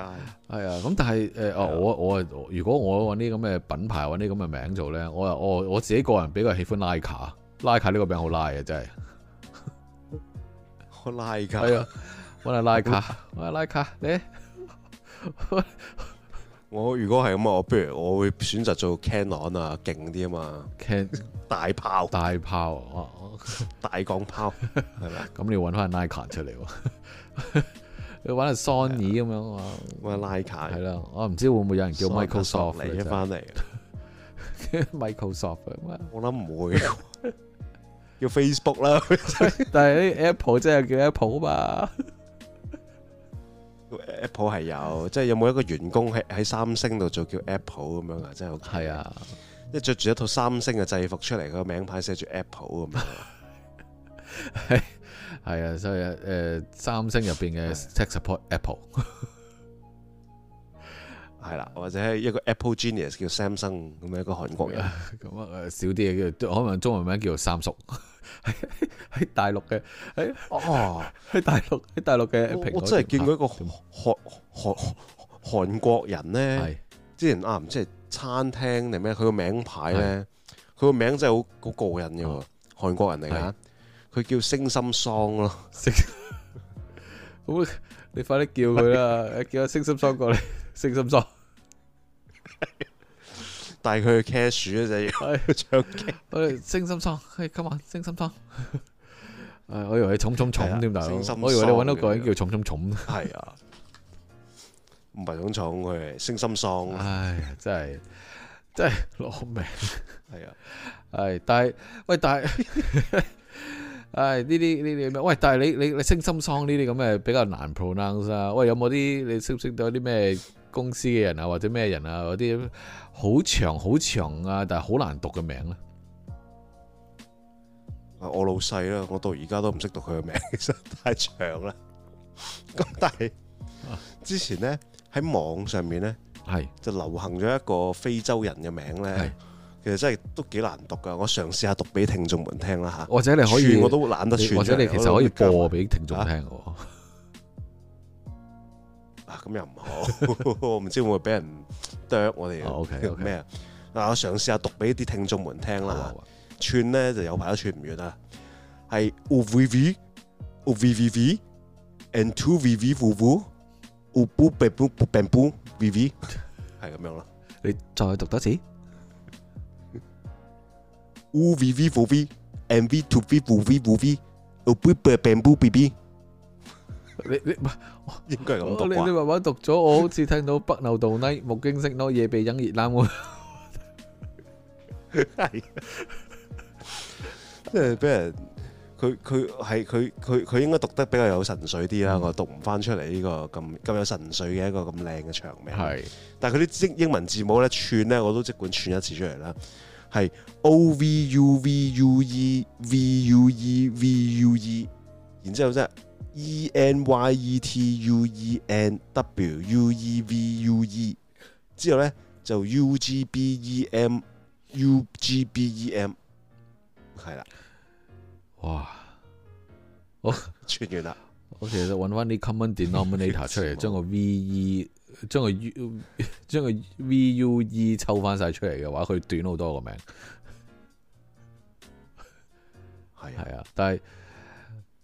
[SPEAKER 2] 係啊，咁但係誒啊，我我啊如果我揾啲咁嘅品牌揾啲咁嘅名做咧，我啊我我自己個人比較喜歡拉卡，拉卡呢個名好拉啊，真係。
[SPEAKER 1] 我拉㗎，
[SPEAKER 2] 係啊，揾阿拉卡，揾阿拉卡，你
[SPEAKER 1] 我如果係咁啊，我不如我會選擇做 Canon 啊，勁啲啊嘛，
[SPEAKER 2] can
[SPEAKER 1] 大炮、
[SPEAKER 2] 大炮，我我
[SPEAKER 1] 大鋼炮係咪？
[SPEAKER 2] 哦咁你要揾翻 Nikon 出嚟喎， 你揾阿 Sony 咁樣啊，
[SPEAKER 1] 我係拉卡
[SPEAKER 2] 係，啦，我唔知會唔會有人叫 Microsoft
[SPEAKER 1] 嚟一翻嚟，
[SPEAKER 2] 真係 Microsoft 咁啊
[SPEAKER 1] 我諗唔 會，叫 Facebook 啦，
[SPEAKER 2] 但係啲 Apple 真係叫 Apple 啊嘛，
[SPEAKER 1] Apple 係有，即係有冇一個員工喺喺三星度做叫 Apple 咁樣啊？真係好奇
[SPEAKER 2] 係，啊，
[SPEAKER 1] 即係着住一套三星嘅制服出嚟，個名牌寫住 Apple 咁樣，啊
[SPEAKER 2] 係啊，所以誒、呃三星入邊嘅 Tech Support Apple
[SPEAKER 1] 係啦，或者係一個 Apple Genius 叫 Samsung 咁樣一個韓國人，
[SPEAKER 2] 咁啊誒少啲嘅叫，可能中文名叫做 三叔，喺喺大陸嘅喺
[SPEAKER 1] 哦，
[SPEAKER 2] 喺大陸喺大陸嘅蘋
[SPEAKER 1] 我
[SPEAKER 2] 果
[SPEAKER 1] 我真係
[SPEAKER 2] 店
[SPEAKER 1] 見
[SPEAKER 2] 嚇
[SPEAKER 1] 過一個韓韓韓韓國人咧。
[SPEAKER 2] 係
[SPEAKER 1] 之前啊，唔知係餐廳定咩，佢個名牌咧，佢個名真係好好過癮嘅喎，韓國人嚟㗎，佢叫星心桑咯，
[SPEAKER 2] 食。咁你快啲叫佢啦，叫阿星心桑過嚟，星心桑，
[SPEAKER 1] 但係佢嘅 cash 咧 就
[SPEAKER 2] 哎
[SPEAKER 1] 要唱 K，
[SPEAKER 2] 我哋星心桑，係今晚星心桑。誒，我以為你重重
[SPEAKER 1] 係啊
[SPEAKER 2] 重添，大佬，
[SPEAKER 1] 星心
[SPEAKER 2] 我以為你揾到
[SPEAKER 1] 桑
[SPEAKER 2] 個人
[SPEAKER 1] 嘅
[SPEAKER 2] 叫重重重。
[SPEAKER 1] 係啊，唔係種重佢係星心啊桑，
[SPEAKER 2] 唉，真係真係攞命。
[SPEAKER 1] 係啊，
[SPEAKER 2] 係，但係喂，但係，唉，呢啲呢啲咩？喂，但係你你你星心桑呢啲咁嘅比較難 pronounce 啊。喂，有冇啲你識唔識到啲咩公司嘅人啊，或者咩人啊，嗰啲好長好長啊，但係好難讀嘅名咧？
[SPEAKER 1] 啊我老細啦，我到而家都唔識讀佢嘅名， 其實太長啦。咁但係
[SPEAKER 2] 啊
[SPEAKER 1] 之前咧喺網上面咧。
[SPEAKER 2] 係
[SPEAKER 1] 就流行咗一個非洲人嘅名
[SPEAKER 2] 係
[SPEAKER 1] 咧，其實真係都幾難讀噶。我嘗試下讀俾聽眾們聽啦嚇，
[SPEAKER 2] 或者你可以
[SPEAKER 1] 串我都懶得
[SPEAKER 2] 你
[SPEAKER 1] 串。
[SPEAKER 2] 或者你其實可以播俾聽眾
[SPEAKER 1] 啊
[SPEAKER 2] 聽嘅喎。
[SPEAKER 1] 啊，咁又唔
[SPEAKER 2] 嗯
[SPEAKER 1] 好， 我唔知會唔會俾人啄我哋
[SPEAKER 2] 哦，OK，OK
[SPEAKER 1] 咩啊？嗱，我嘗試下讀俾啲聽眾們聽
[SPEAKER 2] 好啊
[SPEAKER 1] 啦嚇，串咧就有排都串唔完啦。係 o v v o v v v and two v v v v o b b b b b b v v 係咁樣啦。
[SPEAKER 2] 你再讀多次。
[SPEAKER 1] U V V V V M V Two V V V V O B B B B B B，
[SPEAKER 2] 你你唔係
[SPEAKER 1] 應該係咁讀
[SPEAKER 2] 你你
[SPEAKER 1] 啩？
[SPEAKER 2] 慢慢讀咗，我好似聽到北牛道呢木經色諾夜被隱熱冷喎。
[SPEAKER 1] 係，即係俾人佢佢係佢佢佢應該讀得比較有神水啲啦。我讀唔翻出嚟呢個咁咁有神水嘅一個咁靚嘅長名。
[SPEAKER 2] 係
[SPEAKER 1] 但係佢啲英英文字母咧串咧，我都即管串一次出嚟啦。係 O V U V U E V U E V U E，然之後即係 E N Y E T U E N W U E V U E，之後咧就 U G B E M U G B E M，係啦，
[SPEAKER 2] 哇！
[SPEAKER 1] 串完啦。
[SPEAKER 2] 我其實揾翻啲 common denominator 出嚟，將個 V E 將個 U 將個 V U E 抽翻晒出嚟嘅話，佢短好多個名
[SPEAKER 1] 係啊，
[SPEAKER 2] 係啊。但係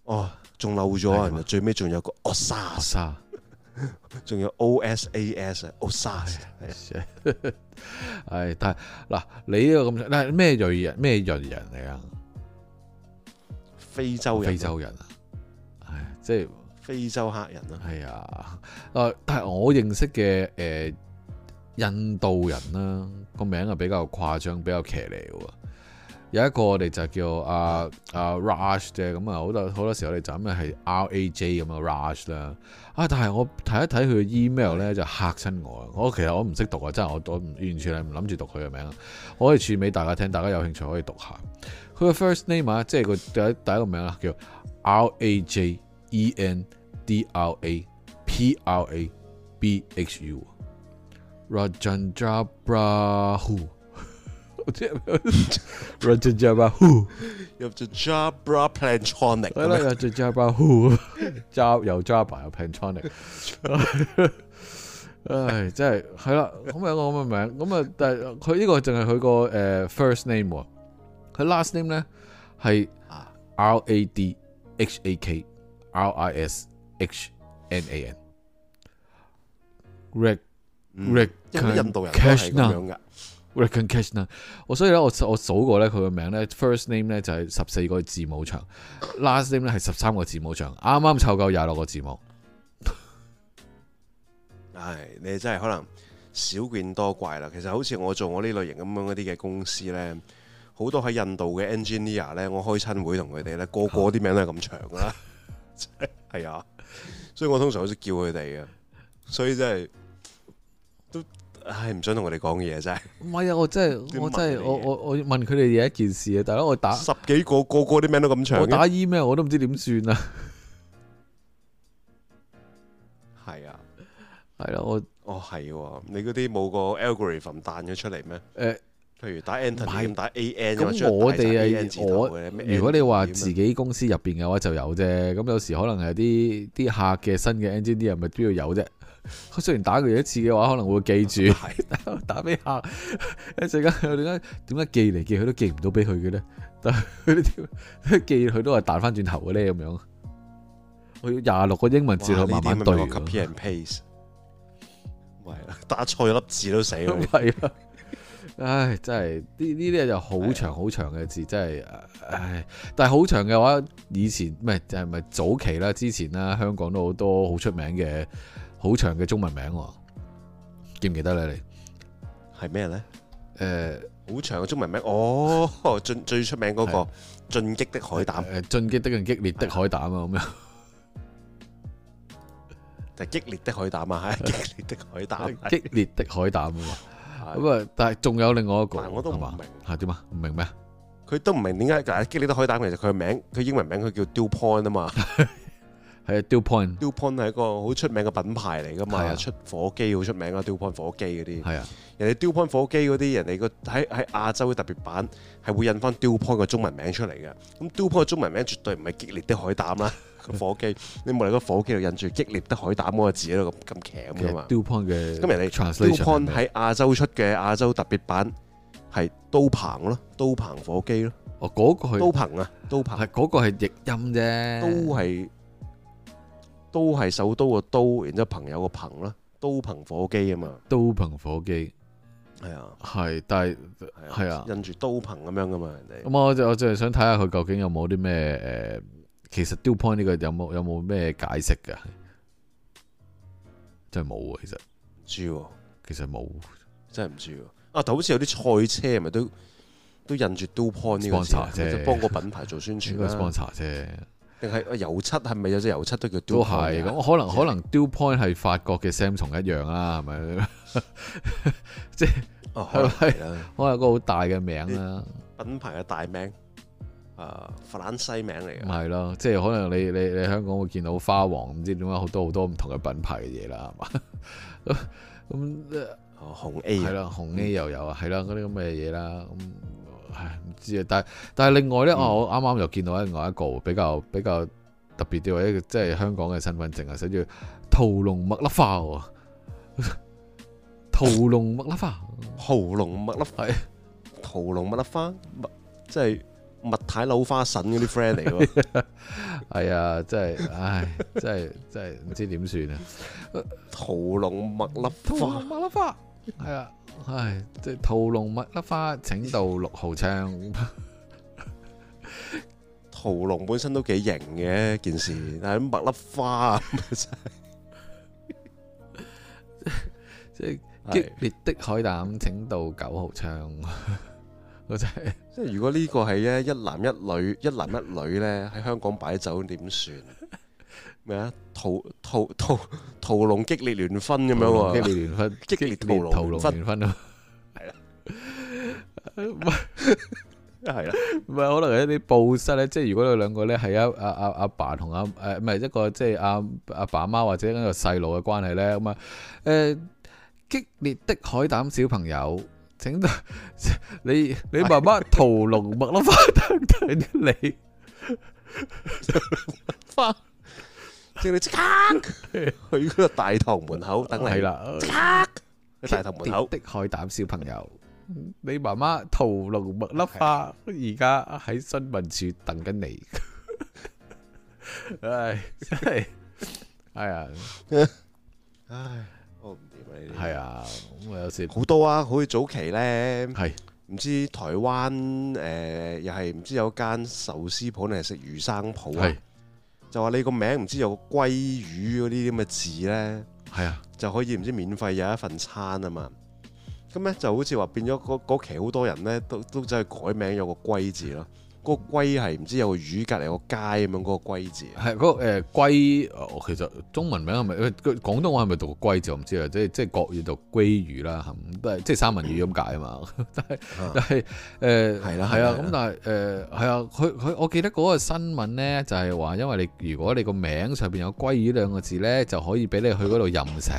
[SPEAKER 1] 哦，仲漏咗
[SPEAKER 2] 係
[SPEAKER 1] 啊！
[SPEAKER 2] 嘛
[SPEAKER 1] 原來最尾仲有個
[SPEAKER 2] 阿
[SPEAKER 1] OSAS，
[SPEAKER 2] 沙
[SPEAKER 1] 仲有 O S A S 啊，OSAS 係啊
[SPEAKER 2] 係，但係嗱，你呢個咁，但係咩裔人咩裔人嚟啊？
[SPEAKER 1] 非洲人
[SPEAKER 2] 非。洲人啊，唉，即係
[SPEAKER 1] 非洲黑人啊，
[SPEAKER 2] 係啊。誒，但係我認識嘅誒、印度人啦，個名啊比較誇張，比較騎呢嘅喎。有一個我哋就叫阿阿 Raj 啫，咁啊好多好多時候我哋就咁啊係 R A J 咁啊 Raj 啦，啊但係我睇一睇佢嘅 email 咧就嚇親我啊，我其實我唔識讀啊，真係我我唔完全係唔諗住讀佢嘅名啊，我可以串俾大家聽，大家有興趣可以讀下。佢嘅 first name 啊，即係佢第一第一個名啦，叫 R A J E N D R A P R A B H U Rajendra Brahu，我知 Rajendra Brahu
[SPEAKER 1] 入咗 Jabra Plantronic
[SPEAKER 2] 系
[SPEAKER 1] 咁
[SPEAKER 2] 啦，
[SPEAKER 1] 樣
[SPEAKER 2] 有隻 Java Who Java 有 Java 有 Pantonic，唉，真係係啦，咁有個咁嘅名，咁啊，但係佢呢個淨係佢個誒 first name 喎，佢 last name 咧係
[SPEAKER 1] 啊
[SPEAKER 2] R A D H A K R I S H N A N。Rick
[SPEAKER 1] 嗯
[SPEAKER 2] Rick
[SPEAKER 1] 因為啲印度人都係
[SPEAKER 2] Krishna
[SPEAKER 1] 咁樣噶，
[SPEAKER 2] Recon c a s h n 啊我所以咧，我我數過咧，佢個名咧，first name 咧就係十四個字母長，last name 咧係十三個字母長，啱啱湊夠廿六個字母。
[SPEAKER 1] 唉，你真係可能少見多怪啦。其實好似我做我呢類型咁樣嗰啲嘅公司咧，好多喺印度嘅 engineer 咧，我開親會同佢哋咧，個個啲名都係咁長噶啦， 係啊，所以我通常好少叫佢哋嘅，所以真係都唉唔想同佢哋講嘢真係。
[SPEAKER 2] 唔係啊，我真係
[SPEAKER 1] 點
[SPEAKER 2] 我
[SPEAKER 1] 問
[SPEAKER 2] 真係
[SPEAKER 1] 你
[SPEAKER 2] 我
[SPEAKER 1] 嘢
[SPEAKER 2] 我我問佢哋嘢一件事啊，大佬我打
[SPEAKER 1] 十幾個個個啲名都咁長
[SPEAKER 2] 我
[SPEAKER 1] 嘅，
[SPEAKER 2] 打 email 我都唔知點算啊。
[SPEAKER 1] 係啊，
[SPEAKER 2] 係啦，我誒
[SPEAKER 1] 哦係喎，你嗰啲冇個 algorithm 彈咗出嚟咩？譬如打 Anthony 咁打 A N
[SPEAKER 2] 咁我哋係我如果你話自
[SPEAKER 1] 己
[SPEAKER 2] 己公司入邊嘅話就有啫，咁有時可能係啲啲客嘅新嘅 engineer 咪都要有啫。 佢雖然打佢一次嘅話，可能會記住。 打俾客，一陣間佢點解點解寄嚟寄去都寄唔到俾佢嘅咧？ 但係佢啲點寄佢都係彈翻轉頭嘅咧咁樣。我要廿六個英文字去
[SPEAKER 1] 啊
[SPEAKER 2] 慢慢對啊喎
[SPEAKER 1] copy and paste，唔係啦，打錯粒字都死啦
[SPEAKER 2] 都， 係啦。唉，真係呢呢啲就好長好長嘅字，真係唉。但係好長嘅話，以前唔係就係咪早期啦？之前啦，香港都好多好出名嘅好長嘅中文名喎，記唔記得咧？你誒、
[SPEAKER 1] 係咩咧？好長嘅中文名哦，最最出名嗰個進擊的海膽，
[SPEAKER 2] 誒進擊的人激烈的海膽啊咁樣，
[SPEAKER 1] 就係激烈的海膽啊，係激烈的 海膽。
[SPEAKER 2] 激烈的海膽啊嘛。
[SPEAKER 1] 係
[SPEAKER 2] 咁啊，但係仲有另外一個，
[SPEAKER 1] 但係我都唔
[SPEAKER 2] 係嘛
[SPEAKER 1] 明
[SPEAKER 2] 嚇點啊？唔明咩？
[SPEAKER 1] 佢都唔明點解嗱，激烈的海膽其實佢嘅名，佢英文名佢叫 Dew Point 啊嘛。
[SPEAKER 2] 係啊 d e point
[SPEAKER 1] d u p o n 係一個好出名嘅品牌嚟噶
[SPEAKER 2] 係啊
[SPEAKER 1] 嘛，出火機好出名啊 d u p o n 火機嗰啲，
[SPEAKER 2] 係啊，
[SPEAKER 1] 人哋 d u p o n 火機嗰啲，人哋個喺喺亞洲嘅特別版係會印翻 d u p o n 個中文名出嚟嘅。咁 d u p o n 嘅中文名絕對唔係激烈的海膽啦， 個火機你冇嚟個火機度印住激烈的海膽嗰個字喺度咁咁
[SPEAKER 2] 其
[SPEAKER 1] 鉗噶
[SPEAKER 2] 實
[SPEAKER 1] 嘛。
[SPEAKER 2] d e point 嘅
[SPEAKER 1] 咁人哋 d u
[SPEAKER 2] translation
[SPEAKER 1] p o
[SPEAKER 2] 係
[SPEAKER 1] n
[SPEAKER 2] 咩
[SPEAKER 1] 喺亞洲出嘅亞洲特別版係刀鵬咯，刀鵬火機咯，
[SPEAKER 2] 哦嗰個
[SPEAKER 1] 刀
[SPEAKER 2] 係
[SPEAKER 1] 鵬啊，刀鵬。
[SPEAKER 2] 係嗰個係譯音啫，
[SPEAKER 1] 都係都係首都個都，然之後朋友個朋啦，都朋火機啊嘛，
[SPEAKER 2] 刀憑火機
[SPEAKER 1] 係啊，
[SPEAKER 2] 係，但係係啊
[SPEAKER 1] 印住都朋咁樣噶嘛，人哋
[SPEAKER 2] 咁我就我就係想睇下佢究竟有冇啲咩誒，其實 d e point 呢個有冇有冇咩解釋㗎？真係冇啊，其實
[SPEAKER 1] 唔知喎，
[SPEAKER 2] 其實冇
[SPEAKER 1] 真係唔知喎。啊，但好似有啲賽車咪都都印住 do point 呢個字啊，
[SPEAKER 2] Sponsor 啫
[SPEAKER 1] 即係幫個品牌做宣
[SPEAKER 2] 應
[SPEAKER 1] 傳
[SPEAKER 2] 該係
[SPEAKER 1] 啦。
[SPEAKER 2] sponsor 啫。
[SPEAKER 1] 定係啊油漆係咪有隻油漆都叫 do
[SPEAKER 2] 都係
[SPEAKER 1] point 㗎
[SPEAKER 2] 咁，可能可能 d e w Point 係法國嘅 Samsung 一樣啦，係咪？
[SPEAKER 1] 哦，可能係啦，
[SPEAKER 2] 可能有個好大嘅名啦，
[SPEAKER 1] 品牌嘅大名啊，法蘭西名嚟嘅，
[SPEAKER 2] 唔係咯，即係可能你你你香港會見到花王，唔知點解好多好多唔同嘅品牌嘅嘢啦，係嘛？ 咁咁
[SPEAKER 1] 哦紅 A
[SPEAKER 2] 係
[SPEAKER 1] 啊
[SPEAKER 2] 啦，紅 A 又有啊，係啦，嗰啲咁嘅嘢啦，咁唉唔知啊，但係但係另
[SPEAKER 1] 嗯
[SPEAKER 2] 外咧，啊我啱啱又見到另外一個比較比較特別啲，或者即係香港嘅身份證啊，寫住屠龍麥粒花喎， 屠龍麥粒花。
[SPEAKER 1] 屠龍麥粒
[SPEAKER 2] 係
[SPEAKER 1] 屠龍麥粒花，麥即係麥太柳花筍嗰啲 friend 嚟 喎。
[SPEAKER 2] 係啊，真係，唉，真係真係唔知點算啊！
[SPEAKER 1] 屠龍麥粒
[SPEAKER 2] 屠龍
[SPEAKER 1] 花，
[SPEAKER 2] 麥粒花，係啊，唉，即係屠龍麥粒花，請到六號窗，
[SPEAKER 1] 屠龍本身都幾型嘅件事，但係麥粒花啊，
[SPEAKER 2] 即
[SPEAKER 1] 係
[SPEAKER 2] 係激烈的海膽，請到九號窗。 我真係
[SPEAKER 1] 即係如果呢個係咧一男一女，一男一女咧喺香港擺酒點算？咩啊？屠屠屠屠龍激烈聯婚咁樣
[SPEAKER 2] 激
[SPEAKER 1] 喎，
[SPEAKER 2] 烈聯婚，
[SPEAKER 1] 激烈屠龍
[SPEAKER 2] 屠龍
[SPEAKER 1] 聯婚
[SPEAKER 2] 聯婚啊！係啦，
[SPEAKER 1] 係啦，
[SPEAKER 2] 唔係可能有一啲報室咧，即係如果你兩個咧係阿阿阿阿爸同阿誒唔係一個即係阿阿爸媽或者一個細路嘅關係咧，咁啊誒激烈的海膽小朋友，請到 你你媽媽屠龍麥粒花等等 你。
[SPEAKER 1] 即係你即刻去嗰個大堂門口等你，
[SPEAKER 2] 係，啦，
[SPEAKER 1] 大堂門口
[SPEAKER 2] 的海膽小朋友，你媽媽屠龍麥粒花，而家喺新聞處等緊 你。唉，真係係啊，
[SPEAKER 1] 唉，我唔掂啊呢啲，
[SPEAKER 2] 係啊，咁啊有時
[SPEAKER 1] 好多啊，好似早期咧，
[SPEAKER 2] 係
[SPEAKER 1] 唔知台灣誒、呃又係唔知有間壽司鋪定係食魚生鋪啊
[SPEAKER 2] 係，
[SPEAKER 1] 就話你個名唔知有個鮭魚嗰啲咁嘅字咧，
[SPEAKER 2] 係啊，
[SPEAKER 1] 就可以唔知免費有一份餐啊嘛。咁咧就好似話變咗嗰嗰期好多人咧都都走去改名有個龜字咯。嗰、個龜係唔知有個魚隔離有個街咁樣嗰個龜字，啊
[SPEAKER 2] 係嗰個誒龜，哦其實中文名係咪？誒佢廣東話係咪讀龜字我唔知啊，即係即係國語讀龜魚啦，咁都係即係三文魚咁解啊嘛。 但係誒
[SPEAKER 1] 啊係啦
[SPEAKER 2] 係啊，咁
[SPEAKER 1] 係
[SPEAKER 2] 但係誒係啊，佢佢我記得嗰個新聞呢，就係話，因為你如果你個名上邊有鮭魚兩個字呢，就可以俾你去嗰度任食，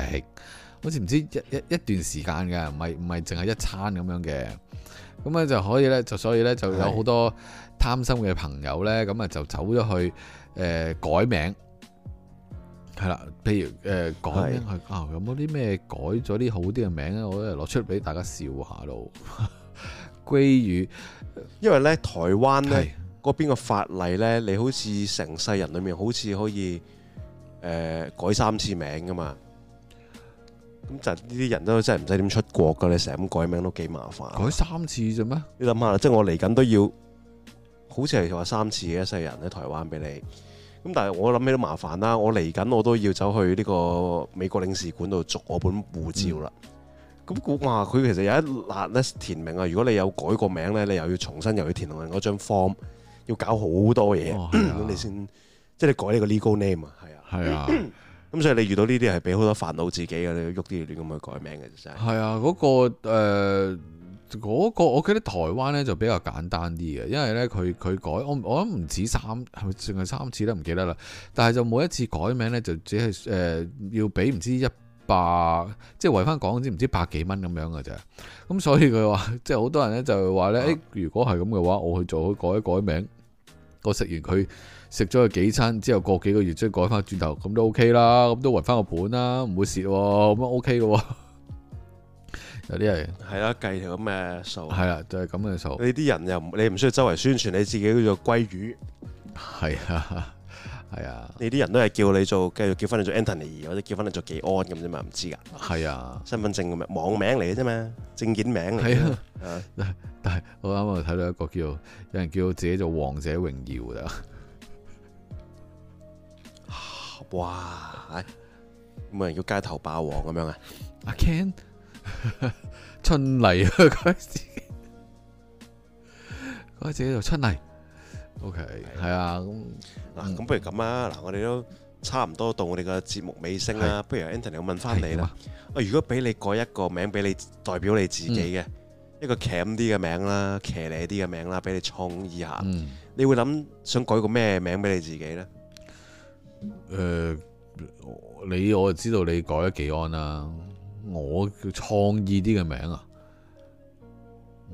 [SPEAKER 2] 好似唔知一一一段時間嘅，唔係唔係淨係一餐咁樣嘅。咁咧就可以呢，就所以呢，就有
[SPEAKER 1] 係
[SPEAKER 2] 好多貪心嘅朋友呢，咁啊就走咗去誒、呃改名。係啦，譬如誒、呃改名係啊，有冇啲咩改咗啲好啲嘅名咧？啊我咧攞出俾大家笑下咯。 鮭魚
[SPEAKER 1] 因為咧台灣咧
[SPEAKER 2] 係。
[SPEAKER 1] 嗰邊個法例咧，你好似成世人裏面好似可以誒、呃改三次名噶嘛。咁就呢啲人都真係唔使點出國噶，你成日咁改名都幾麻煩。
[SPEAKER 2] 改三次啫咩？
[SPEAKER 1] 你諗下啦，即係我嚟緊都要，好似係話三次嘅一世人喺台灣俾你。咁但係我諗起都麻煩啦，我嚟緊我都要走去呢個美國領事館度續我本護照啦。咁估哇，佢其實有一欄咧填明啊，如果你有改過名咧，你又要重新又要填另外嗰張 form，要搞好多嘢。
[SPEAKER 2] 哦，
[SPEAKER 1] 咁你
[SPEAKER 2] 係
[SPEAKER 1] 先即係你改呢個 legal name 啊，係啊，
[SPEAKER 2] 啊，係啊，
[SPEAKER 1] 咁所以你遇到呢啲係俾好多煩惱自己嘅，你要喐啲亂咁去改名嘅啫，真係。
[SPEAKER 2] 係啊，嗰、個呃嗰、個我記得台灣咧就比較簡單啲嘅，因為咧佢佢改我我諗唔止三係咪淨係三次都唔記得啦，但係就每一次改名咧就只係誒、呃要俾唔知一百，即係圍翻港紙唔知百幾蚊咁樣嘅啫。咁所以佢話 即係好多人咧就係話咧，誒、如果係咁嘅話，我去做改一改名，我食完佢。食咗佢幾餐之後，過幾個月即係改翻轉頭，咁都 OK 啦，咁都圍翻個盤啦，唔會蝕喎，咁樣 OK 嘅喎。有啲係
[SPEAKER 1] 係啦，計條咁嘅數。
[SPEAKER 2] 係啦，就係咁嘅數，
[SPEAKER 1] 你啲人又唔你唔需要周圍宣傳你自己叫做鮭魚，
[SPEAKER 2] 係啊，係啊，
[SPEAKER 1] 你啲人都係叫你做繼續叫翻你做 Anthony 或者叫翻你做技安咁啫嘛，唔知㗎。
[SPEAKER 2] 係啊，
[SPEAKER 1] 身份證咁樣網名嚟嘅啫嘛，證件名嚟嘅。
[SPEAKER 2] 係啊。
[SPEAKER 1] 啊
[SPEAKER 2] 但係我啱啱睇到一個叫有人叫自己做王者榮耀啊㗎，
[SPEAKER 1] 哇！唉冇人叫街頭霸王咁樣啊？
[SPEAKER 2] 阿 Ken 春麗啊， 佢自己，佢自己做春麗，OK，係啊，咁
[SPEAKER 1] 嗱，咁不如咁啊！嗱，我哋都差唔多到我哋嘅節目尾聲啦。不如 Anthony，我問翻你
[SPEAKER 2] 係咁
[SPEAKER 1] 啦
[SPEAKER 2] 啊。
[SPEAKER 1] 啊，如果俾你改一個名俾你代表你自己嘅、一個鉗啲嘅名啦，騎呢啲嘅名啦，俾你創意下，
[SPEAKER 2] 嗯。
[SPEAKER 1] 你會諗想改個咩名俾你自己呢？
[SPEAKER 2] 誒、我你我就知道你改咗技安啦，我叫創意啲嘅名啊，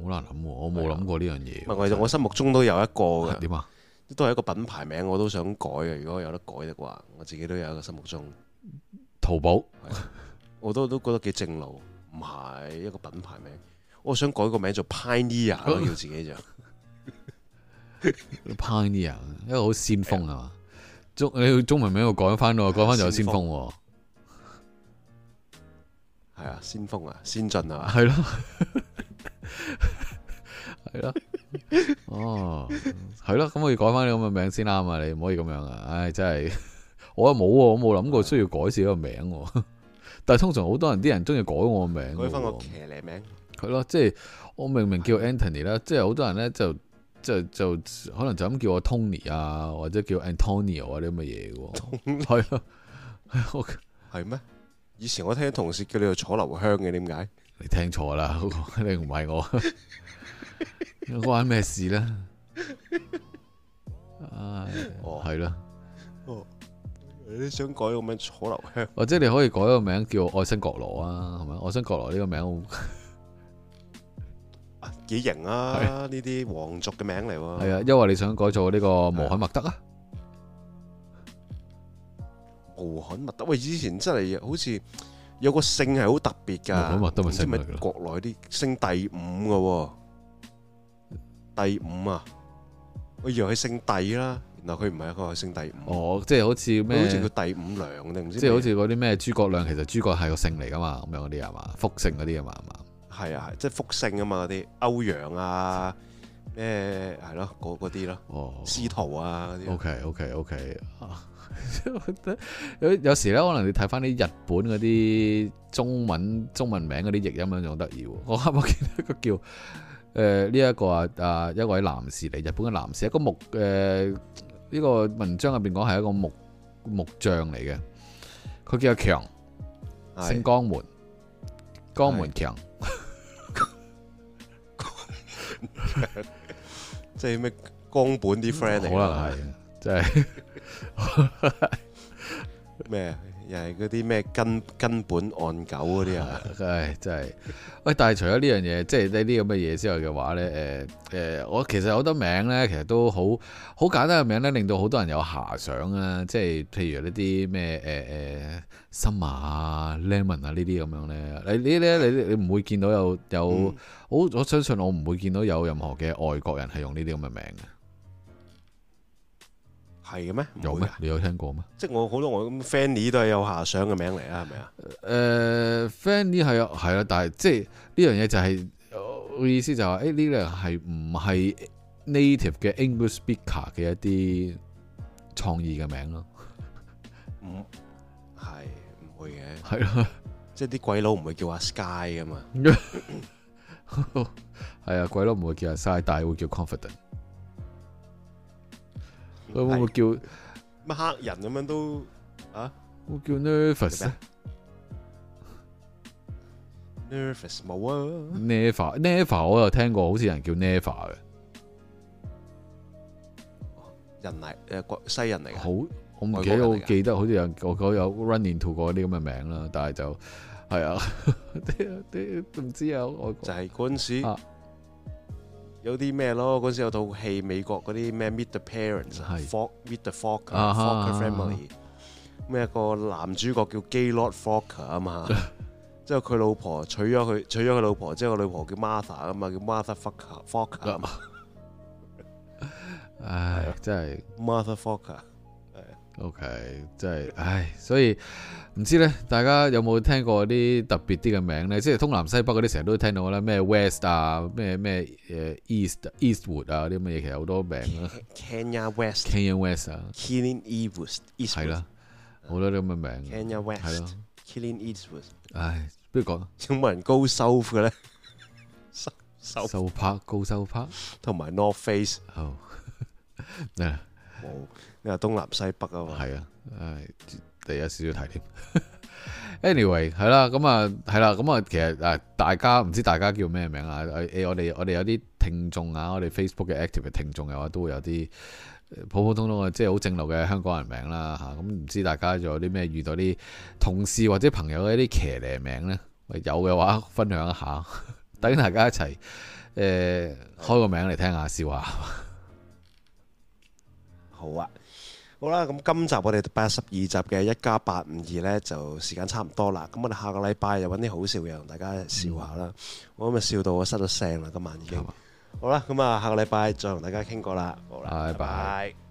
[SPEAKER 2] 好難諗喎，我冇諗過呢樣嘢
[SPEAKER 1] 唔係，其實我心目中都有一個
[SPEAKER 2] 係
[SPEAKER 1] 嘅，
[SPEAKER 2] 點啊？
[SPEAKER 1] 都係一個品牌名，我都想改嘅。如果有得改的話，我自己都有一個心目中，
[SPEAKER 2] 淘寶
[SPEAKER 1] 我都都覺得幾正路，唔係一個品牌名。我想改個名做 Pioneer，咯叫自己就
[SPEAKER 2] Pioneer 啊一個好先鋒啊嘛，中你中文名我改翻咯，改翻就有先鋒喎，
[SPEAKER 1] 係啊，先鋒啊，先進啊嘛。
[SPEAKER 2] 係咯，係咯，哦，係咯，咁我要改翻你咁嘅名先啱啊，你唔可以咁樣啊，唉，真係我又冇喎，我冇諗過需要改自己個名喎。但係通常好多人啲人中意改我個名喎，
[SPEAKER 1] 改翻個騎呢名，
[SPEAKER 2] 係咯，即係我明明叫 Anthony 啦，即係好多人咧就就就可能就咁叫我 Tony 啊，或者叫 Antonio 啊啲咁嘅嘢嘅喎，係咯，係 我
[SPEAKER 1] 係咩？以前我聽同事叫你做楚留香嘅，點解？
[SPEAKER 2] 你聽錯啦，嗰個一定唔係我， 關咩事咧？唉，
[SPEAKER 1] 哦
[SPEAKER 2] 係啦，
[SPEAKER 1] 你想改個名楚留香，
[SPEAKER 2] 或者你可以改個名叫愛新覺羅啊，係咪？愛新覺羅呢個名好
[SPEAKER 1] 啊幾型
[SPEAKER 2] 係
[SPEAKER 1] 啊！呢啲皇族嘅名嚟喎。
[SPEAKER 2] 係啊，因為你想改做呢個穆罕默德啊，
[SPEAKER 1] 無罕默德，喂，以前真係好似有個姓係好特別㗎，
[SPEAKER 2] 穆罕默德咪
[SPEAKER 1] 唔知
[SPEAKER 2] 姓
[SPEAKER 1] 咪
[SPEAKER 2] 嚟㗎
[SPEAKER 1] 國內啲姓第五嘅喎，第五啊，我以為佢姓帝啦，原來佢唔係，佢係姓第五，
[SPEAKER 2] 哦，即係好似
[SPEAKER 1] 佢好
[SPEAKER 2] 咩，
[SPEAKER 1] 似叫第五娘定唔知咩，
[SPEAKER 2] 即係好似嗰啲咩諸葛亮，其實諸葛係個姓嚟噶嘛，咁樣嗰啲係嘛，福姓嗰啲係嘛，係嘛。
[SPEAKER 1] 係啊，係即係福姓啊嘛嗰啲，歐陽啊，咩係咯，嗰嗰啲咯，
[SPEAKER 2] 哦
[SPEAKER 1] 司徒啊嗰啲咯，
[SPEAKER 2] O K O K O K，有有時咧，可能你睇翻啲日本嗰啲中文中文名嗰啲譯音咧，仲得意喎。 我啱啱見到一個叫誒呢一個啊啊一位男士嚟，日本嘅男士，一個木誒呢、個文章入邊講係一個木木匠嚟嘅，佢叫阿強，
[SPEAKER 1] 係
[SPEAKER 2] 姓江門，江門強，
[SPEAKER 1] 即係咩江本啲 friend
[SPEAKER 2] 可
[SPEAKER 1] 嚟
[SPEAKER 2] 能係
[SPEAKER 1] 㗎，
[SPEAKER 2] 真係。
[SPEAKER 1] 咩又係嗰啲咩根根本岸久嗰啲 啊。
[SPEAKER 2] 唉，真係，喂！但係除咗呢樣嘢，即係呢啲咁嘅嘢之外嘅話呢，誒、誒、我其實好多名呢，其實都好好簡單嘅名呢，令到好多人有遐想啊！即係譬如呢啲咩誒誒 summer 啊、lemon 啊呢啲咁樣呢，你呢啲呢你你唔會見到有有，
[SPEAKER 1] 嗯
[SPEAKER 2] 我我相信我唔會見到有任何嘅外國人係用呢啲咁嘅名嘅，
[SPEAKER 1] 係嘅咩？唔
[SPEAKER 2] 有
[SPEAKER 1] 會啊
[SPEAKER 2] 咩
[SPEAKER 1] 㗎？
[SPEAKER 2] 你有聽過咩？
[SPEAKER 1] 即係我好多我咁 Fanny 都係有遐想嘅名嚟啊，係咪啊？
[SPEAKER 2] 誒 Fanny 係啊，係啊，但係即係呢樣嘢就係、我意思就係、誒呢樣係唔係 native 嘅 English speaker 嘅一啲創意嘅名咯，嗯
[SPEAKER 1] 唔係唔會嘅，
[SPEAKER 2] 係咯，
[SPEAKER 1] 即係啲鬼佬唔會叫阿 Sky 噶嘛。
[SPEAKER 2] 係啊，鬼佬唔會叫阿 Sai，但係會叫 confident。佢會唔會
[SPEAKER 1] 係
[SPEAKER 2] 叫
[SPEAKER 1] 乜黑人咁樣都啊
[SPEAKER 2] 會叫 nervous 咧
[SPEAKER 1] ？Nervous 冇啊，
[SPEAKER 2] ？never never 我有聽過，好似有人叫 never 嘅，
[SPEAKER 1] 人嚟誒國西人嚟
[SPEAKER 2] 好
[SPEAKER 1] 嘅，
[SPEAKER 2] 我唔記
[SPEAKER 1] 外
[SPEAKER 2] 得，
[SPEAKER 1] 國
[SPEAKER 2] 我
[SPEAKER 1] 人嚟㗎
[SPEAKER 2] 記得好似有人我我有 run into 過啲咁嘅名啦，但係就係啊， 啲啲都唔知啊，外國
[SPEAKER 1] 就係嗰陣時
[SPEAKER 2] 啊
[SPEAKER 1] 有啲咩咯？嗰陣時有套戲美國嗰啲咩 Meet the Parents 啊
[SPEAKER 2] 係
[SPEAKER 1] ，Fork Meet the Fork
[SPEAKER 2] 啊哈啊
[SPEAKER 1] Fork
[SPEAKER 2] 哈
[SPEAKER 1] Family，咩個男主角叫 Gaylord Fork 啊 嘛。之後佢老婆娶咗佢，娶咗佢老婆之後，佢老婆叫 Martha 啊嘛，叫 Martha Fucker Fork 啊嘛。啊
[SPEAKER 2] 唉，真係
[SPEAKER 1] motherfucker，
[SPEAKER 2] OK，真係唉，所以唔知呢，大家有冇聽過啲特別啲嘅名呢？即係東南西北嗰啲成日都聽到啦，咩 West 啊，咩咩誒 East Eastwood 啊啲咁嘅嘢，其實好多名啦
[SPEAKER 1] Kenya West、
[SPEAKER 2] ，Canyon West 啊，
[SPEAKER 1] Killing Eastwood、
[SPEAKER 2] 係
[SPEAKER 1] Eastwood、
[SPEAKER 2] 啦，好多啲咁嘅名，啊
[SPEAKER 1] Kenya
[SPEAKER 2] 係
[SPEAKER 1] West
[SPEAKER 2] 咯、，
[SPEAKER 1] Killing Eastwood，
[SPEAKER 2] 唉，不如講
[SPEAKER 1] 有冇人高收嘅 咧？收收
[SPEAKER 2] 秀拍高秀拍，
[SPEAKER 1] 同埋 North Face
[SPEAKER 2] 好，誒
[SPEAKER 1] 冇，你話東南西北啊嘛，
[SPEAKER 2] 啊係啊，唉，第一少少提添。anyway，係啦，咁啊，係啦，咁啊，其實誒，大家唔知大家叫咩名啊？誒，我哋我哋有啲聽眾啊，我哋 Facebook 嘅 active 嘅聽眾嘅話，都會有啲誒普普通通嘅，即係好正路嘅香港人名啦嚇。咁、唔知大家仲有啲咩遇到啲同事或者朋友嘅一啲騎呢名呢？喂有嘅話，分享一下， 等大家一齊誒、開個名嚟聽下笑下。
[SPEAKER 1] 好啊。好啦，咁今集我哋八十二集嘅一家八五二呢，就時間差唔多啦。咁我哋下個禮拜又揾啲好笑嘅同大家笑下啦。我今日笑到我失咗聲啦，今晚已經
[SPEAKER 2] 係嘛。
[SPEAKER 1] 好啦，咁啊，下個禮拜再同大家傾過啦。好啦，
[SPEAKER 2] 拜
[SPEAKER 1] 拜
[SPEAKER 2] 拜
[SPEAKER 1] 拜